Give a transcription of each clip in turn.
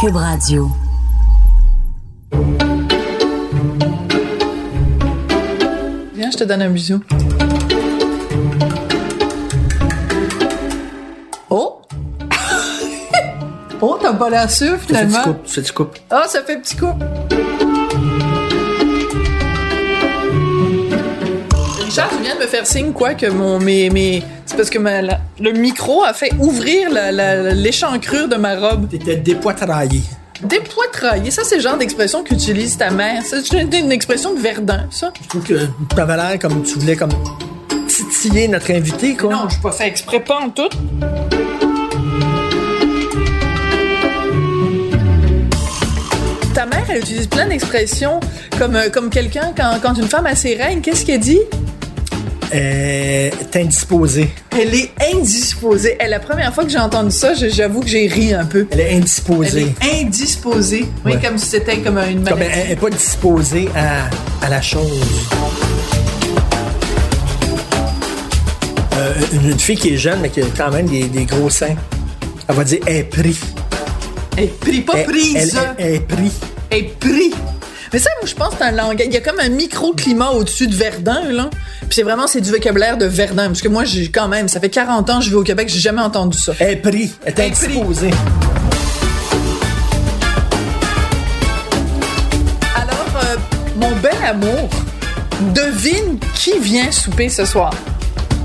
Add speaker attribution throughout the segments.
Speaker 1: Cube Radio.
Speaker 2: Viens, je te donne un bisou. Oh! oh, t'as pas l'air sûr,
Speaker 3: Tu fais du
Speaker 2: finalement.
Speaker 3: coupe, tu fais du coupe.
Speaker 2: Ah, ça fait petit coup. Richard, tu viens de me faire signe, quoi, que mon. Mes, mes... C'est parce que ma- la- le micro a fait ouvrir la- la- l'échancrure de ma robe.
Speaker 3: T'étais dépoitraillé.
Speaker 2: Dépoitrailler, ça, c'est le genre d'expression qu'utilise ta mère. C'est une une expression de Verdun, ça.
Speaker 3: Je trouve que t'avais l'air comme tu voulais comme titiller notre invité, quoi.
Speaker 2: Non, je suis pas fait exprès, pas en tout. Ta mère, elle utilise plein d'expressions, comme, euh, comme quelqu'un, quand, quand une femme a ses règles, qu'est-ce qu'elle dit?
Speaker 3: Euh, T'es indisposé.
Speaker 2: Elle est indisposée. Et la première fois que j'ai entendu ça, je- j'avoue que j'ai ri un peu.
Speaker 3: Elle est
Speaker 2: Elle
Speaker 3: indisposée.
Speaker 2: est indisposée. Oui,
Speaker 3: Ouais.
Speaker 2: comme si c'était comme une
Speaker 3: Comme
Speaker 2: maladie.
Speaker 3: elle elle est pas disposée à, à la chose. Euh, une, une fille qui est jeune, mais qui a quand même des, des gros seins, elle va dire « elle est pris
Speaker 2: Elle est pris, ». pas
Speaker 3: Elle,
Speaker 2: prise. hein.
Speaker 3: elle- elle- elle est pris.
Speaker 2: est pris. Mais ça, moi, je pense que c'est un langage. Il y a comme un microclimat au-dessus de Verdun, là. Puis c'est vraiment, c'est du vocabulaire de Verdun. Parce que moi, j'ai quand même, ça fait 40 ans que je vis au Québec, j'ai jamais entendu ça.
Speaker 3: Elle est pris. Elle est
Speaker 2: Elle est pris.
Speaker 3: indisposée.
Speaker 2: Alors, euh, mon bel amour, devine qui vient souper ce soir.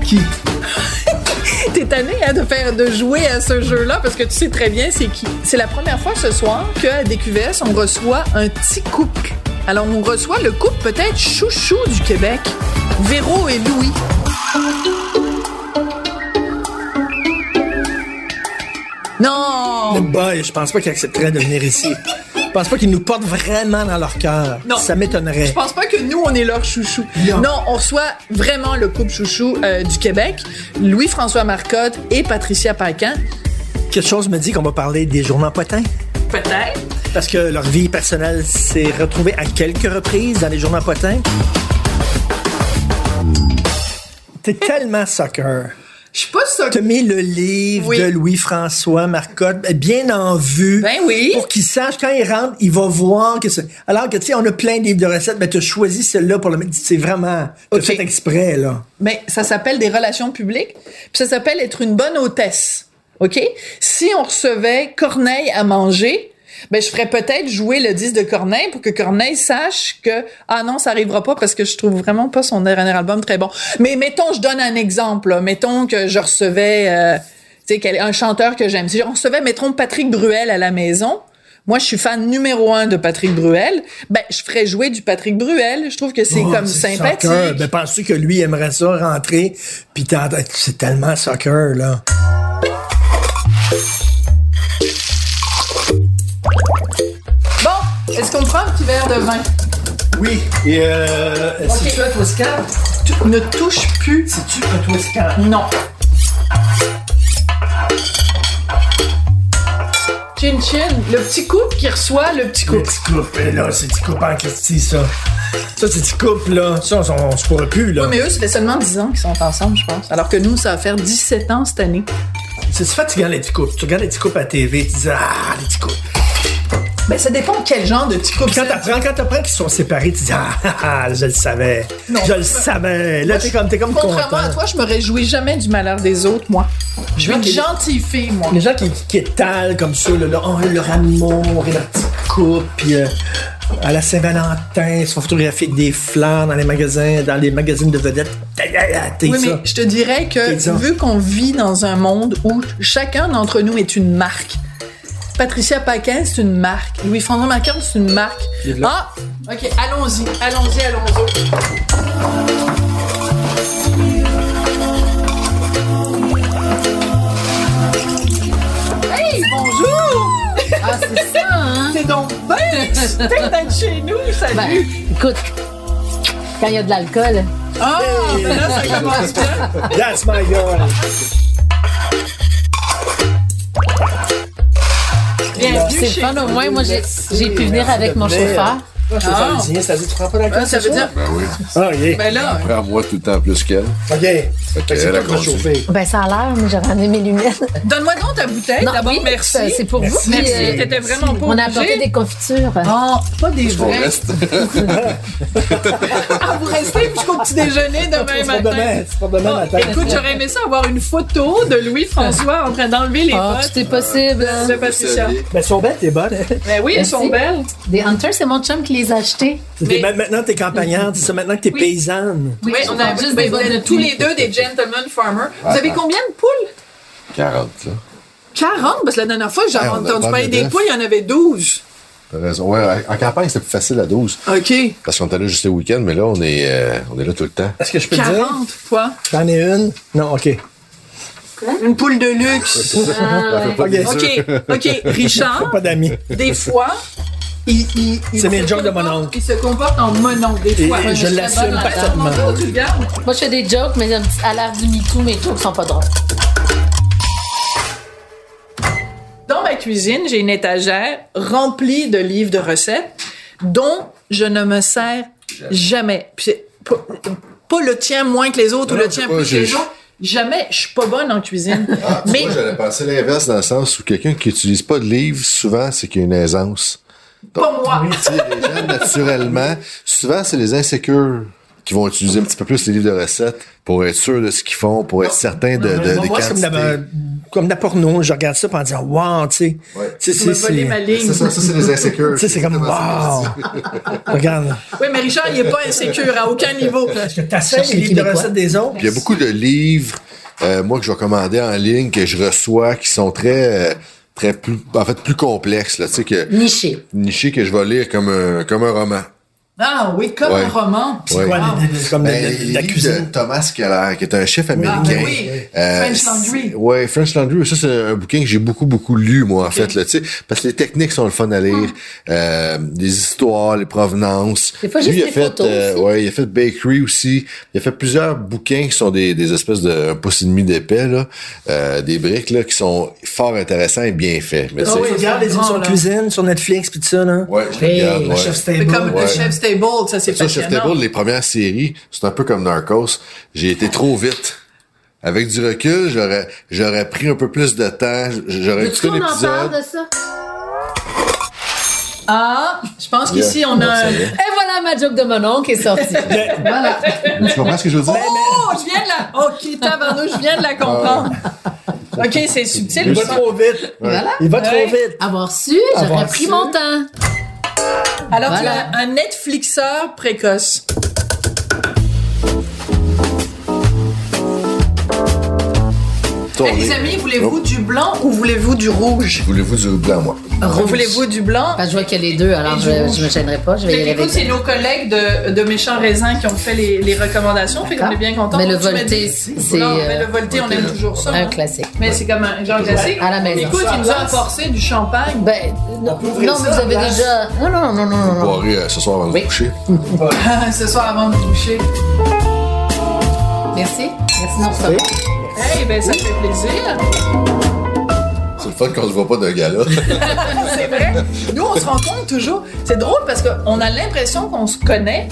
Speaker 3: Qui?
Speaker 2: T'es tanné hein, de faire de jouer à ce jeu-là parce que tu sais très bien c'est qui. C'est la première fois ce soir qu'à DQVS on reçoit un petit couple. Alors on reçoit le couple peut-être chouchou du Québec, Véro et Louis.
Speaker 3: Le
Speaker 2: Non,
Speaker 3: Oh boy, je pense pas qu'ils accepteraient de venir ici. Je pense pas qu'ils nous portent vraiment dans leur cœur.
Speaker 2: Non.
Speaker 3: Ça m'étonnerait.
Speaker 2: je pense pas que nous on est leur chouchou.
Speaker 3: Non.
Speaker 2: on reçoit vraiment le couple chouchou euh, du Québec, Louis-François Marcotte et Patricia Paquin.
Speaker 3: Quelque chose me dit qu'on va parler des journaux potins.
Speaker 2: Peut-être.
Speaker 3: Parce que leur vie personnelle s'est retrouvée à quelques reprises dans les journaux potins. T'es tellement soccer.
Speaker 2: Je suis pas sûre.
Speaker 3: T'as mis le livre
Speaker 2: Oui.
Speaker 3: de Louis-François Marcotte bien en vue.
Speaker 2: Ben oui.
Speaker 3: Pour qu'il sache, quand il rentre, il va voir que c'est... Alors que, tu sais, on a plein de livres de recettes, mais t'as choisi celle-là pour le mettre. C'est vraiment... T'as
Speaker 2: Ok.
Speaker 3: fait exprès, là.
Speaker 2: Mais ça s'appelle des relations publiques, puis ça s'appelle être une bonne hôtesse. OK? Si on recevait Corneille à manger, ben je ferais peut-être jouer le 10 de Corneille pour que Corneille sache que ah non, ça arrivera pas parce que je trouve vraiment pas son dernier album très bon. Mais mettons je donne un exemple, là. mettons que je recevais euh, tu sais quel- un chanteur que j'aime. Si on recevait mettons Patrick Bruel à la maison, moi, je suis fan numéro un de Patrick Bruel. Ben, je ferais jouer du Patrick Bruel. Je trouve que c'est
Speaker 3: Oh,
Speaker 2: comme sympathique.
Speaker 3: soccer. Ben, penses-tu que lui aimerait ça rentrer? Puis t'en- ben, c'est tellement soccer, là.
Speaker 2: Bon, est-ce qu'on prend un petit verre de vin?
Speaker 3: Oui. Et euh,
Speaker 2: si tu
Speaker 3: un Toscan?
Speaker 2: Ne touche plus.
Speaker 3: C'est-tu un Toscan?
Speaker 2: Non. Chin Chin, le petit couple qui reçoit le petit
Speaker 3: Le
Speaker 2: couple.
Speaker 3: petit couple, ben, là, c'est du couple en Christie, ça. Ça, c'est du couple, là. Ça, on, on se pourrait plus, là.
Speaker 2: Mais eux, ça fait seulement 10 ans qu'ils sont ensemble, je pense. Alors que nous, ça va faire 17 ans cette année.
Speaker 3: C'est fatigant, les petits couples. Tu regardes les petits couples à TV, tu dis, ah, les petits couples.
Speaker 2: Ben, ça dépend quel genre de petit couple.
Speaker 3: Puis quand
Speaker 2: c'est.
Speaker 3: t'apprends, quand t'apprends qu'ils sont séparés, tu dis, ah, ah, ah, je le savais.
Speaker 2: Non.
Speaker 3: je le savais.
Speaker 2: Moi,
Speaker 3: Là, t'es
Speaker 2: je-
Speaker 3: comme, t'es comme
Speaker 2: Contrairement
Speaker 3: content.
Speaker 2: à toi, je me réjouis jamais du malheur des autres, moi. Je suis
Speaker 3: Non,
Speaker 2: une
Speaker 3: mais-
Speaker 2: gentille fille, moi.
Speaker 3: Les gens qui, qui étalent comme ça, là, là, oh, leur amour et leur petite coupe, puis euh, à la Saint-Valentin, ils se font photographier avec des fleurs dans les magasins, dans les magazines de vedettes. T'es
Speaker 2: Oui,
Speaker 3: ça.
Speaker 2: mais je te dirais que
Speaker 3: T'es ça.
Speaker 2: vu qu'on vit dans un monde où chacun d'entre nous est une marque, Patricia Paquin, c'est une marque. Louis-François Macron, c'est une marque.
Speaker 3: Il est là.
Speaker 2: Ah! OK, allons-y, allons-y, allons-y. Hey, bonjour! Ah,
Speaker 4: c'est ça, hein?
Speaker 2: T'es donc bien excité d'être chez nous, salut!
Speaker 4: Ben, écoute, quand il y a de l'alcool,
Speaker 2: Ah, ben là, ça commence bien.
Speaker 3: That's my girl.
Speaker 2: Bienvenue
Speaker 4: c'est le
Speaker 2: chez
Speaker 4: fun au
Speaker 2: nous.
Speaker 4: moins. Moi, j'ai j'ai pu venir
Speaker 3: Merci
Speaker 4: avec
Speaker 3: de
Speaker 4: mon
Speaker 3: venir.
Speaker 4: chauffeur.
Speaker 3: Moi, je
Speaker 2: Ah.
Speaker 3: ah. dire, ça veut dire, tu prends pas d'alcool
Speaker 2: Ah, ça
Speaker 3: ce
Speaker 2: veut dire,
Speaker 3: soir?
Speaker 5: Ben oui.
Speaker 3: Ah, yeah.
Speaker 2: ben là,
Speaker 5: Après, moi, tout le temps plus qu'elle.
Speaker 3: OK. Fait que c'est
Speaker 5: elle a
Speaker 3: pas trop
Speaker 5: conduit.
Speaker 3: chauffé.
Speaker 4: Ben, ça a l'air, mais j'avais amené mes lunettes.
Speaker 2: donne-moi donc ta bouteille.
Speaker 4: Non,
Speaker 2: D'abord,
Speaker 4: oui,
Speaker 2: merci.
Speaker 4: c'est- C'est pour vous.
Speaker 2: Merci,
Speaker 4: puis, euh,
Speaker 2: t'étais vraiment pas
Speaker 4: On a
Speaker 2: obligée.
Speaker 4: apporté des confitures.
Speaker 2: Ah, pas des
Speaker 5: On
Speaker 2: vrais.
Speaker 5: reste.
Speaker 2: Ah, vous restez jusqu'au petit déjeuner demain
Speaker 3: C'est pas
Speaker 2: matin.
Speaker 3: demain, c'est pas demain
Speaker 2: Bon,
Speaker 3: matin.
Speaker 2: écoute, j'aurais aimé ça avoir une photo de Louis-François en train d'enlever les
Speaker 4: Ah,
Speaker 2: bottes
Speaker 4: tout est possible.
Speaker 2: de Patricia.
Speaker 3: Ben, elles sont belles, t'es bonnes.
Speaker 2: Ben oui, elles sont belles.
Speaker 4: Des Hunters, c'est mon chum qui les a achetés.
Speaker 2: Mais-
Speaker 3: T'es- Maintenant, t'es campagnarde, c'est ça, maintenant que t'es paysanne.
Speaker 2: Oui, on a
Speaker 4: juste
Speaker 2: ben,
Speaker 4: des
Speaker 2: vous
Speaker 4: bonnes
Speaker 2: êtes tous les deux des gentlemen farmers. Vous avez combien de poules?
Speaker 5: 40, là.
Speaker 2: 40, parce que la dernière fois, j'ai
Speaker 5: Ouais, on a
Speaker 2: entendu
Speaker 5: pas
Speaker 2: parler
Speaker 5: de
Speaker 2: des
Speaker 5: bœuf.
Speaker 2: poules, il y en avait 12.
Speaker 5: T'as raison. Ouais, en- en campagne, c'était plus facile à 12.
Speaker 2: OK.
Speaker 5: Parce qu'on était là juste le week-end, mais là, on est, euh, on est là tout le temps.
Speaker 3: Est-ce que je peux te dire?
Speaker 2: 40 fois.
Speaker 3: J'en ai une. Non, OK.
Speaker 2: Une poule de luxe.
Speaker 5: On fait pas des
Speaker 2: OK,
Speaker 5: œufs.
Speaker 2: OK. Richard,
Speaker 3: Pas d'amis.
Speaker 2: des fois, il, il, il
Speaker 3: C'est mes
Speaker 2: se
Speaker 3: jokes de
Speaker 2: comporte-
Speaker 3: mon oncle.
Speaker 2: Il se comporte en mononcle, des
Speaker 3: Et-
Speaker 2: fois.
Speaker 3: et je
Speaker 2: serais
Speaker 3: l'assume
Speaker 2: bonne là-dedans.
Speaker 3: parfaitement.
Speaker 2: Mon Dieu, tu regardes.
Speaker 4: Moi, je fais des jokes, mais un petit- à l'ère du MeToo, mes jokes sont pas drôles.
Speaker 2: Dans ma cuisine, j'ai une étagère remplie de livres de recettes dont je ne me sers jamais. Puis c'est pas, pas le tien moins que les autres
Speaker 5: Non,
Speaker 2: ou le
Speaker 5: non,
Speaker 2: tien
Speaker 5: c'est pas-
Speaker 2: plus que
Speaker 5: j'ai-
Speaker 2: les autres. Jamais, je suis pas bonne en cuisine.
Speaker 5: Ah, tu
Speaker 2: Mais
Speaker 5: vois, j'allais penser l'inverse dans le sens où quelqu'un qui n'utilise pas de livre, souvent, c'est qu'il y a une aisance. Donc,
Speaker 2: pas moi.
Speaker 5: tu sais, les gens, naturellement, souvent, c'est les insécures qui vont utiliser un petit peu plus les livres de recettes pour être sûrs de ce qu'ils font, pour être certains de, de, Euh, des
Speaker 3: Moi, c'est comme de la,
Speaker 5: quantités.
Speaker 3: comme de la porno. Je regarde ça pis en disant, wow, tu sais.
Speaker 5: Ouais.
Speaker 3: Tu
Speaker 2: Tu m'as
Speaker 3: sais,
Speaker 2: volé ma
Speaker 3: c'est.
Speaker 2: ligne.
Speaker 5: C'est ça, ça, c'est les insécures.
Speaker 3: Tu sais, c'est comme,
Speaker 5: Exactement
Speaker 3: wow.
Speaker 5: ça.
Speaker 3: Regarde.
Speaker 2: Oui, mais Richard, il est pas insécure à aucun niveau.
Speaker 3: T'as ça,
Speaker 4: Cherche
Speaker 3: les
Speaker 4: les
Speaker 3: livres de
Speaker 4: Québécois.
Speaker 3: recettes des autres?
Speaker 5: Puis il y a beaucoup de livres, euh, moi, que je vais commander en ligne, que je reçois, qui sont très, euh, très plus, en fait, plus complexes, là, tu sais, que
Speaker 4: Niché.
Speaker 5: niché que je vais lire comme un, comme un roman.
Speaker 2: Ah oui, comme
Speaker 5: Ouais.
Speaker 2: un roman.
Speaker 5: Ouais.
Speaker 3: Quoi,
Speaker 2: Wow.
Speaker 3: les- les- comme la-
Speaker 5: Ben,
Speaker 3: la-
Speaker 5: les
Speaker 3: la
Speaker 5: livres
Speaker 3: cuisine.
Speaker 5: de Thomas Keller, qui est un chef américain.
Speaker 2: ben
Speaker 5: Euh,
Speaker 2: oui. French Landry.
Speaker 5: c'est- Ouais, French Landry, ça, c'est un bouquin que j'ai beaucoup, beaucoup lu, moi, en fait, là, tu sais, parce que les techniques sont le fun à lire,
Speaker 2: Ah.
Speaker 5: euh, les histoires, les provenances.
Speaker 4: Des fois,
Speaker 5: Lui,
Speaker 4: juste
Speaker 5: il a
Speaker 4: les
Speaker 5: fait,
Speaker 4: photos
Speaker 5: euh,
Speaker 4: aussi.
Speaker 5: ouais, il a fait Bakery aussi. Il a fait plusieurs bouquins qui sont des, des espèces de un pouce et demi d'épais, là, euh, des briques, là, qui sont fort intéressants et bien faits. Mais
Speaker 2: Ah
Speaker 5: c'est-
Speaker 2: oui,
Speaker 3: Tu regardes les
Speaker 2: c'est
Speaker 3: émissions
Speaker 2: grand,
Speaker 3: de
Speaker 2: là.
Speaker 3: cuisine sur Netflix pis tout ça, là.
Speaker 5: Ouais, je regarde,
Speaker 3: Le
Speaker 5: ouais.
Speaker 3: chef
Speaker 2: Mais
Speaker 3: Stable.
Speaker 2: comme le
Speaker 5: Ouais.
Speaker 2: Chef's Table, ça c'est
Speaker 5: Ça, Chef
Speaker 2: passionnant.
Speaker 5: Table, les premières séries, c'est un peu comme Narcos. J'ai été trop vite. Avec du recul, j'aurais, j'aurais pris un peu plus de temps. J'aurais
Speaker 4: Veux-tu
Speaker 5: écouté
Speaker 4: qu'on en parle
Speaker 5: l'épisode.
Speaker 4: de ça?
Speaker 2: Ah, je pense
Speaker 5: Yeah.
Speaker 2: qu'ici on a.
Speaker 5: Non,
Speaker 2: un-
Speaker 5: ça y est.
Speaker 4: Et voilà ma joke de mon oncle qui est sortie. voilà.
Speaker 5: Tu comprends ce que je veux dire?
Speaker 2: Oh, je viens de la. Ok, tabarnouche, je viens
Speaker 5: Ah.
Speaker 2: de la comprendre. Ok, c'est subtil.
Speaker 3: Il va trop vite.
Speaker 4: Voilà.
Speaker 3: Il va trop
Speaker 2: Ouais.
Speaker 3: vite.
Speaker 4: Avoir su, j'aurais
Speaker 3: Avoir
Speaker 4: pris
Speaker 3: su.
Speaker 4: mon temps.
Speaker 2: Alors,
Speaker 4: Voilà.
Speaker 2: tu as un Netflixeur précoce.
Speaker 5: Oh, Tournez.
Speaker 2: Eh, les amis,
Speaker 5: Oh.
Speaker 2: voulez-vous du blanc ou voulez-vous du rouge?
Speaker 5: Voulez-vous du blanc, moi?
Speaker 2: Voulez-vous du blanc?
Speaker 4: Parce que je vois qu'il y a les deux, alors je,
Speaker 2: rouges.
Speaker 4: je me gênerai pas. Je vais y aller
Speaker 2: Fait que,
Speaker 4: avec
Speaker 2: écoute, c'est nos collègues de, de Méchants Raisins qui ont fait les, les recommandations. Fait qu'on est bien contents.
Speaker 4: Mais le
Speaker 2: Tu m'as dit-
Speaker 4: Volté, c'est,
Speaker 2: Non, mais
Speaker 4: euh,
Speaker 2: le volté, on aime toujours ça.
Speaker 4: un
Speaker 2: hein.
Speaker 4: classique.
Speaker 2: Mais c'est comme un genre classique.
Speaker 4: À la maison.
Speaker 2: Écoute, ils nous ont forcé du champagne.
Speaker 4: Ben, non,
Speaker 3: peut ouvrir
Speaker 4: non,
Speaker 3: ça,
Speaker 4: mais vous avez
Speaker 3: là.
Speaker 4: déjà. Non, non, non, non, non, non.
Speaker 5: Boirez euh, ce soir avant de
Speaker 4: Ah. Oui.
Speaker 5: vous coucher.
Speaker 2: ce soir avant de vous coucher.
Speaker 4: Merci. Merci, non, ça.
Speaker 2: Hey, ben ça fait plaisir.
Speaker 5: C'est le fun qu'on se voit pas d'un gala.
Speaker 2: C'est vrai. Nous, on se rencontre toujours. C'est drôle parce qu'on a l'impression qu'on se connaît.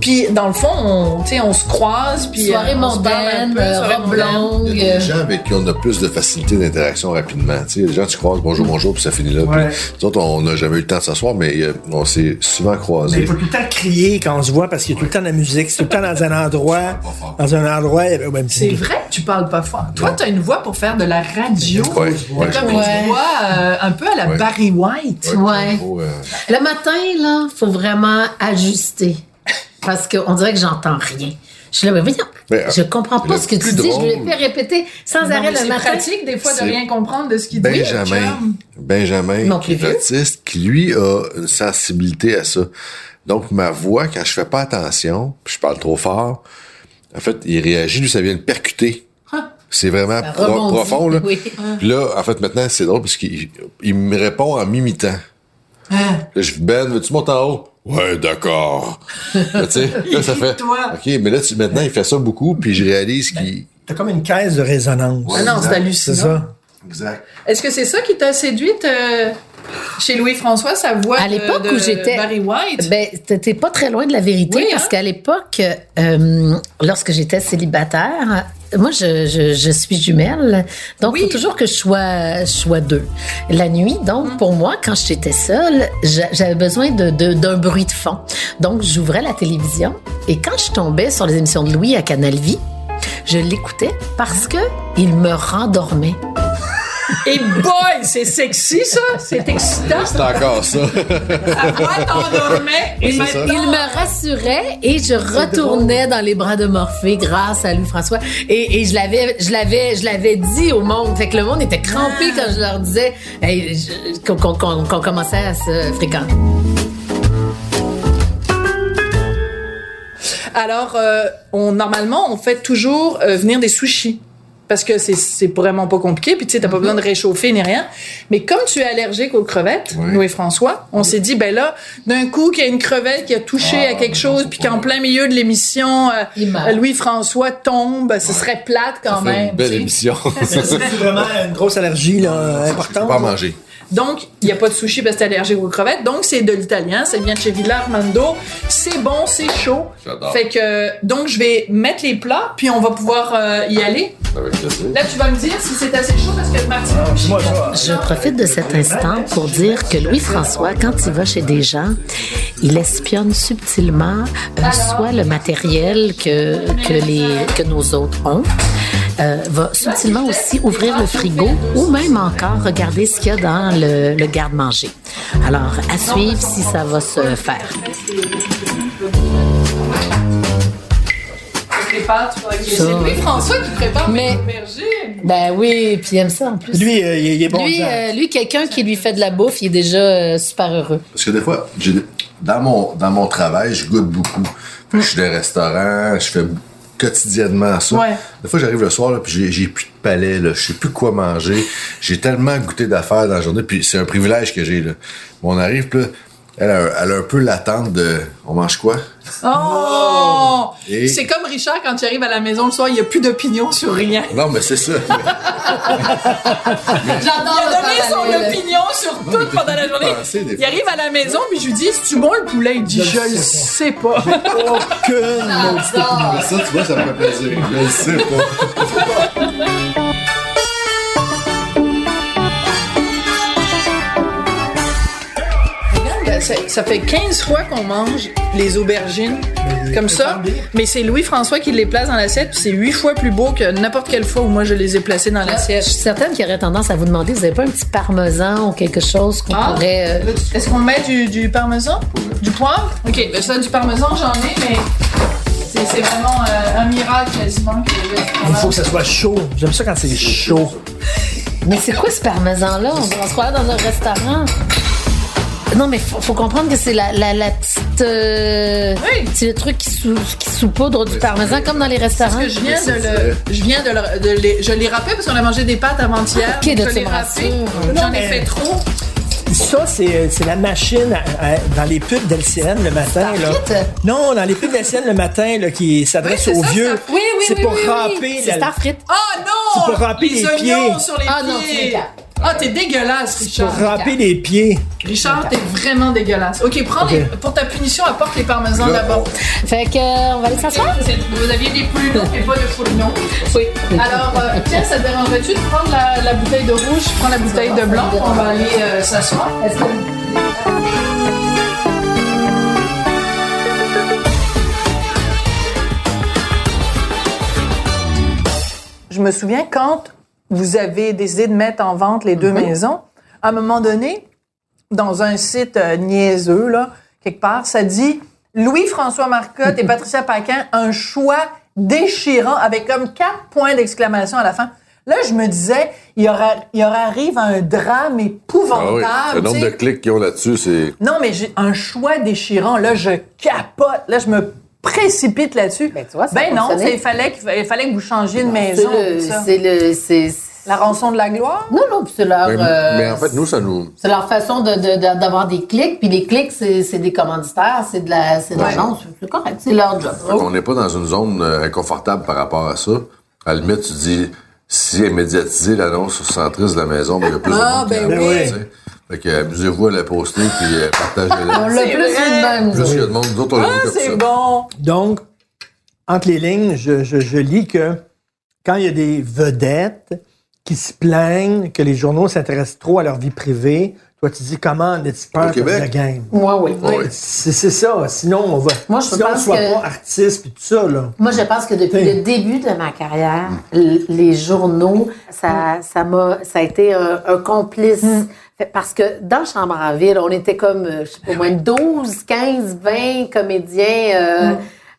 Speaker 2: Puis, dans le fond, on, tu sais, on se croise. Puis,
Speaker 4: Soirée
Speaker 2: euh, on se parle un
Speaker 4: mondaine,
Speaker 2: peu,
Speaker 4: euh,
Speaker 2: soirée
Speaker 4: robe
Speaker 2: mondaine.
Speaker 5: Il
Speaker 4: longue.
Speaker 5: y a
Speaker 4: euh,
Speaker 5: des gens avec qui on a plus de facilité d'interaction rapidement. Tu sais, les gens, tu croises bonjour, bonjour, puis ça finit là.
Speaker 3: Ouais.
Speaker 5: Puis, nous autres, on n'a jamais eu le temps de s'asseoir, mais euh, on s'est souvent
Speaker 3: Mais
Speaker 5: croisés.
Speaker 3: il faut tout le temps crier quand on se voit parce qu'il y a tout le temps de la musique. C'est tout le temps dans un endroit.
Speaker 5: Pas fort.
Speaker 3: Dans un endroit. euh, ouais, mais
Speaker 2: C'est vrai que tu parles pas fort. Toi, t'as une voix pour faire de la radio.
Speaker 5: Ouais, ouais.
Speaker 2: Comme une
Speaker 4: Ouais.
Speaker 2: voix euh, un peu à la
Speaker 5: Ouais.
Speaker 2: Barry White.
Speaker 4: Ouais.
Speaker 5: Oh, euh,
Speaker 4: Le matin, là, faut vraiment ajuster. Parce qu'on dirait que j'entends rien. Je suis là, mais voyons,
Speaker 5: Mais, euh,
Speaker 4: je comprends pas
Speaker 5: le
Speaker 4: ce que tu
Speaker 5: plus
Speaker 4: dis.
Speaker 5: drôle-
Speaker 4: Je lui ai fait répéter sans
Speaker 2: Non,
Speaker 4: arrêt
Speaker 2: mais
Speaker 4: le
Speaker 2: c'est
Speaker 4: matin.
Speaker 2: pratique des fois de
Speaker 5: C'est
Speaker 2: rien comprendre de ce qu'il dit. le
Speaker 5: Benjamin,
Speaker 2: chum.
Speaker 5: Benjamin
Speaker 4: Non,
Speaker 5: qui
Speaker 4: plus
Speaker 5: est
Speaker 4: vieux.
Speaker 5: autiste, qui lui a une sensibilité à ça. Donc ma voix, quand je fais
Speaker 4: Hein?
Speaker 5: pas attention, puis je parle trop fort, en fait, il réagit, lui, ça vient le percuter. C'est vraiment
Speaker 4: Ça
Speaker 5: pro-
Speaker 4: rebondit,
Speaker 5: profond. Là.
Speaker 4: oui.
Speaker 5: Puis là, en fait, maintenant, c'est drôle parce qu'il il me répond en m'imitant. Là, je dis, Ben, veux-tu monter en haut? Ouais, d'accord. Là, tu sais, là, ça fait.
Speaker 3: Toi.
Speaker 5: OK, mais là, tu, maintenant, il fait ça beaucoup, puis je réalise qu'il.
Speaker 3: T'as comme une caisse de résonance.
Speaker 5: Ouais,
Speaker 2: Ah non, c'est
Speaker 3: c'est
Speaker 2: hallucinant.
Speaker 3: ça.
Speaker 5: Exact.
Speaker 2: Est-ce que c'est ça qui t'a séduite euh, chez Louis-François, sa voix
Speaker 4: À
Speaker 2: de-
Speaker 4: l'époque
Speaker 2: euh, de
Speaker 4: où j'étais-
Speaker 2: Barry White?
Speaker 4: Ben, t'étais pas très loin de la vérité
Speaker 2: Oui, hein?
Speaker 4: parce qu'à l'époque, euh, lorsque j'étais célibataire, moi, je, je- je suis jumelle, donc
Speaker 2: Oui.
Speaker 4: faut toujours que je sois, je sois deux. La nuit,
Speaker 2: Hum.
Speaker 4: donc, pour moi, quand j'étais seule, j'a- j'avais besoin de- de- d'un bruit de fond. Donc, j'ouvrais la télévision et quand je tombais sur les émissions de Louis à Canal Vie, je l'écoutais parce
Speaker 2: Hum.
Speaker 4: que il me rendormait.
Speaker 2: Et boy, c'est sexy, ça! C'est excitant!
Speaker 5: C'est encore ça.
Speaker 2: Ta voix t'endormait et
Speaker 5: c'est ça.
Speaker 2: maintenant...
Speaker 4: Il me rassurait et je retournais dans les bras de Morphée grâce à Louis François. Et, et je l'avais, je l'avais, je l'avais dit au monde. Fait que le monde était
Speaker 5: Ah.
Speaker 4: crampé quand je leur disais hey, je- qu'on, qu'on- qu'on- qu'on commençait à se fréquenter.
Speaker 2: Alors, euh, on, normalement, on fait toujours euh, venir des sushis. Parce que c'est- c'est vraiment pas compliqué, puis tu sais, t'as pas
Speaker 5: Mhm.
Speaker 2: besoin de réchauffer ni rien. Mais comme tu es allergique aux crevettes,
Speaker 5: Oui.
Speaker 2: nous et François, on s'est dit, ben là, d'un coup, qu'il y a une crevette qui a touché
Speaker 5: Ah,
Speaker 2: à quelque
Speaker 5: non,
Speaker 2: chose,
Speaker 5: c'est
Speaker 2: puis
Speaker 5: pas
Speaker 2: qu'en
Speaker 5: vrai.
Speaker 2: plein milieu de l'émission, euh,
Speaker 4: Il meurt.
Speaker 2: Louis-François tombe, ce serait plate quand
Speaker 5: C'est
Speaker 2: même.
Speaker 5: une belle
Speaker 2: tu sais.
Speaker 5: émission.
Speaker 3: C'est vraiment une grosse allergie là,
Speaker 5: Faut
Speaker 3: importante.
Speaker 5: pas manger.
Speaker 2: Donc, il n'y a pas de sushi parce que t'es allergique aux crevettes. Donc, c'est de l'italien. Ça vient de chez Villarmando. C'est bon, c'est chaud.
Speaker 5: J'adore.
Speaker 2: Fait que, donc, je vais mettre les plats, puis on va pouvoir euh, y aller.
Speaker 5: Avec plaisir.
Speaker 2: Là, tu vas me dire si c'est assez chaud parce que Martine.
Speaker 3: Ah, Moi, ça,
Speaker 4: Je profite de cet instant pour dire que Louis-François, quand il va chez des gens, il espionne subtilement euh, soit le matériel que, que, les, que nos autres ont, euh, va subtilement aussi ouvrir le frigo ou même encore regarder ce qu'il y a dans le, le garde-manger. Alors, à suivre si ça va se faire.
Speaker 2: Je prépare, tu vois, que C'est
Speaker 4: Ça, ouais.
Speaker 2: Louis-François qui prépare
Speaker 4: Mais-
Speaker 2: mes bergers.
Speaker 4: Ben oui, puis il aime ça en plus.
Speaker 3: lui, euh, il est- il est bon.
Speaker 4: Lui,
Speaker 3: dedans.
Speaker 4: euh, lui, quelqu'un qui lui fait de la bouffe, il est déjà euh, super heureux.
Speaker 5: Parce que des fois, j'ai des- dans, mon, dans mon travail, je goûte beaucoup. Fait que Je suis des restaurants, je fais quotidiennement ça.
Speaker 2: Ouais.
Speaker 5: Des fois, j'arrive le soir, là, puis j'ai- j'ai plus de palais, là, je sais plus quoi manger. J'ai tellement goûté d'affaires dans la journée, puis c'est un privilège que j'ai. là. Mais on arrive, puis là, elle a, elle a un peu l'attente de on mange quoi?
Speaker 2: Oh!
Speaker 5: Et-
Speaker 2: C'est comme Richard quand tu arrives à la maison le soir, il n'y a plus d'opinion sur rien.
Speaker 5: Non, mais c'est ça.
Speaker 2: Il
Speaker 4: J'adore
Speaker 2: a donné son opinion sur tout pendant la journée.
Speaker 5: penser, des
Speaker 2: Il arrive à la maison, puis je lui dis, c'est-tu bon le poulet? Il dit,
Speaker 3: Je
Speaker 2: je
Speaker 3: le
Speaker 2: le sais pas.
Speaker 3: Oh, Aucune maudite opinion.
Speaker 5: ça, tu vois, ça me fait plaisir. Je le sais pas.
Speaker 2: Ben, ça, ça fait 15 fois qu'on mange les aubergines
Speaker 3: Ben,
Speaker 2: comme ça, mais c'est Louis-François qui les place dans l'assiette, puis c'est 8 fois plus beau que n'importe quelle fois où moi je les ai placés dans
Speaker 4: Je suis
Speaker 2: l'assiette.
Speaker 4: certaine qu'il y aurait tendance à vous demander, vous n'avez pas un petit parmesan ou quelque chose qu'on
Speaker 2: Ah.
Speaker 4: pourrait... euh,
Speaker 2: Est-ce qu'on met du, du parmesan? Du poivre? Ok, ben ça, du parmesan, j'en ai, mais c'est c'est vraiment euh, un miracle quasiment que j'ai.
Speaker 3: Il faut que ça soit chaud. J'aime ça quand c'est chaud.
Speaker 4: Mais c'est quoi ce parmesan-là? On, on se croirait dans un restaurant. Non, mais faut, faut comprendre que c'est la, la, la petite... euh,
Speaker 2: Oui.
Speaker 4: C'est le truc qui, sous, qui saupoudre du parmesan, comme dans les
Speaker 2: Parce
Speaker 4: restaurants.
Speaker 2: que je viens de
Speaker 5: c'est
Speaker 2: le. Je viens de, le- de les. Je les râpais parce qu'on a mangé des pâtes avant-hier.
Speaker 4: Ok, de
Speaker 2: je les râpais.
Speaker 4: tes brassures.
Speaker 2: J'en
Speaker 3: Non,
Speaker 2: ai
Speaker 3: mais-
Speaker 2: fait trop.
Speaker 3: Ça, c'est euh, c'est la machine à- à- dans les pubs d'LCN le matin. Là.
Speaker 4: Starfleet?
Speaker 3: Non, dans les pubs d'LCN le matin là, qui s'adresse
Speaker 2: Oui, c'est
Speaker 3: aux
Speaker 2: ça,
Speaker 3: vieux.
Speaker 2: Starfleet. Oui, oui,
Speaker 3: c'est
Speaker 2: oui,
Speaker 3: pour
Speaker 2: oui, oui.
Speaker 3: râper
Speaker 4: C'est
Speaker 3: la-
Speaker 4: Starfrit.
Speaker 2: Ah non!
Speaker 3: C'est pour râper
Speaker 2: les
Speaker 3: les
Speaker 2: oignons
Speaker 3: pieds.
Speaker 2: sur les
Speaker 4: Ah non, tu
Speaker 2: pieds.
Speaker 4: m'éclates.
Speaker 2: Ah, t'es dégueulasse, Richard.
Speaker 3: pour râper les pieds.
Speaker 2: Richard, t'es vraiment dégueulasse. Ok, prends les- pour ta punition, apporte les parmesans
Speaker 5: Là,
Speaker 2: d'abord.
Speaker 4: Fait que, euh, on va aller s'asseoir?
Speaker 2: C'est- Vous aviez des poulons et pas de fourrillons. Oui. Alors, euh, tiens, ça te dérangerait-tu de prendre la, la bouteille de rouge, prends la bouteille de blanc, on va aller euh, s'asseoir.
Speaker 4: Est-ce que-
Speaker 2: Je me souviens quand vous avez décidé de mettre en vente les
Speaker 5: Mhm.
Speaker 2: deux maisons, à un moment donné, dans un site euh, niaiseux, là, quelque part, ça dit Louis-François Marcotte et Patricia Paquin, un choix déchirant avec comme quatre points d'exclamation à la fin. Là, je me disais, il y aura, il y aura arrive un drame
Speaker 5: Ah oui.
Speaker 2: épouvantable.
Speaker 5: Le
Speaker 2: tu
Speaker 5: nombre
Speaker 2: sais.
Speaker 5: de clics qu'ils ont là-dessus, c'est.
Speaker 2: Non, mais j'ai un choix déchirant. Là, je capote. Là, je me précipite là-dessus.
Speaker 6: Ben, tu vois, ça a
Speaker 2: Ben non,
Speaker 6: fonctionné.
Speaker 2: ça, il fallait, qu'il fa- il fallait que vous changiez de
Speaker 6: C'est
Speaker 2: maison.
Speaker 6: le.
Speaker 2: tout ça.
Speaker 6: C'est le. c'est- c'est-
Speaker 2: La rançon de la gloire?
Speaker 6: Non, non, puis c'est leur.
Speaker 5: Mais,
Speaker 6: euh,
Speaker 5: mais en fait, Ben, nous, ça nous.
Speaker 6: C'est leur façon de- de- de- d'avoir des clics, puis les clics, c'est c'est des commanditaires, c'est de la c'est de l'agence, c'est correct, c'est leur job.
Speaker 5: On n'est pas dans une zone euh, inconfortable par rapport à ça. À la limite, tu dis, si est médiatisée l'annonce sur centriste de la maison, ben, il y a plus de
Speaker 2: Ah,
Speaker 5: monde
Speaker 2: ben
Speaker 5: qui la
Speaker 3: oui.
Speaker 5: voit, tu sais. Fait que euh, amusez-vous à la poster puis euh, partagez-la.
Speaker 6: On l'a
Speaker 2: C'est
Speaker 6: plus
Speaker 2: vrai.
Speaker 6: vu de même.
Speaker 5: Plus qu'il y a de monde, d'autres, on
Speaker 2: Ah,
Speaker 5: est
Speaker 2: c'est
Speaker 5: comme ça.
Speaker 2: bon!
Speaker 3: Donc, entre les lignes, je, je- je lis que quand il y a des vedettes qui se plaignent que les journaux s'intéressent trop à leur vie privée, toi, tu dis comment n'es-tu pas
Speaker 5: Au Québec?
Speaker 3: la game?
Speaker 6: Moi, oui.
Speaker 5: Ouais, ouais.
Speaker 3: C'est c'est ça. Sinon, on va.
Speaker 6: Moi, je
Speaker 3: sinon, on
Speaker 6: pense
Speaker 3: soit
Speaker 6: que- Ben
Speaker 3: pas artiste puis tout ça, là.
Speaker 6: Moi, je pense que depuis
Speaker 3: T'sais.
Speaker 6: le début de ma carrière, l- les journaux, ça, ça m'a, ça a été euh, un, un complice. Fait- Parce que dans Chambre en ville, on était comme, euh, je sais pas, au moins 12, 15, 20 comédiens,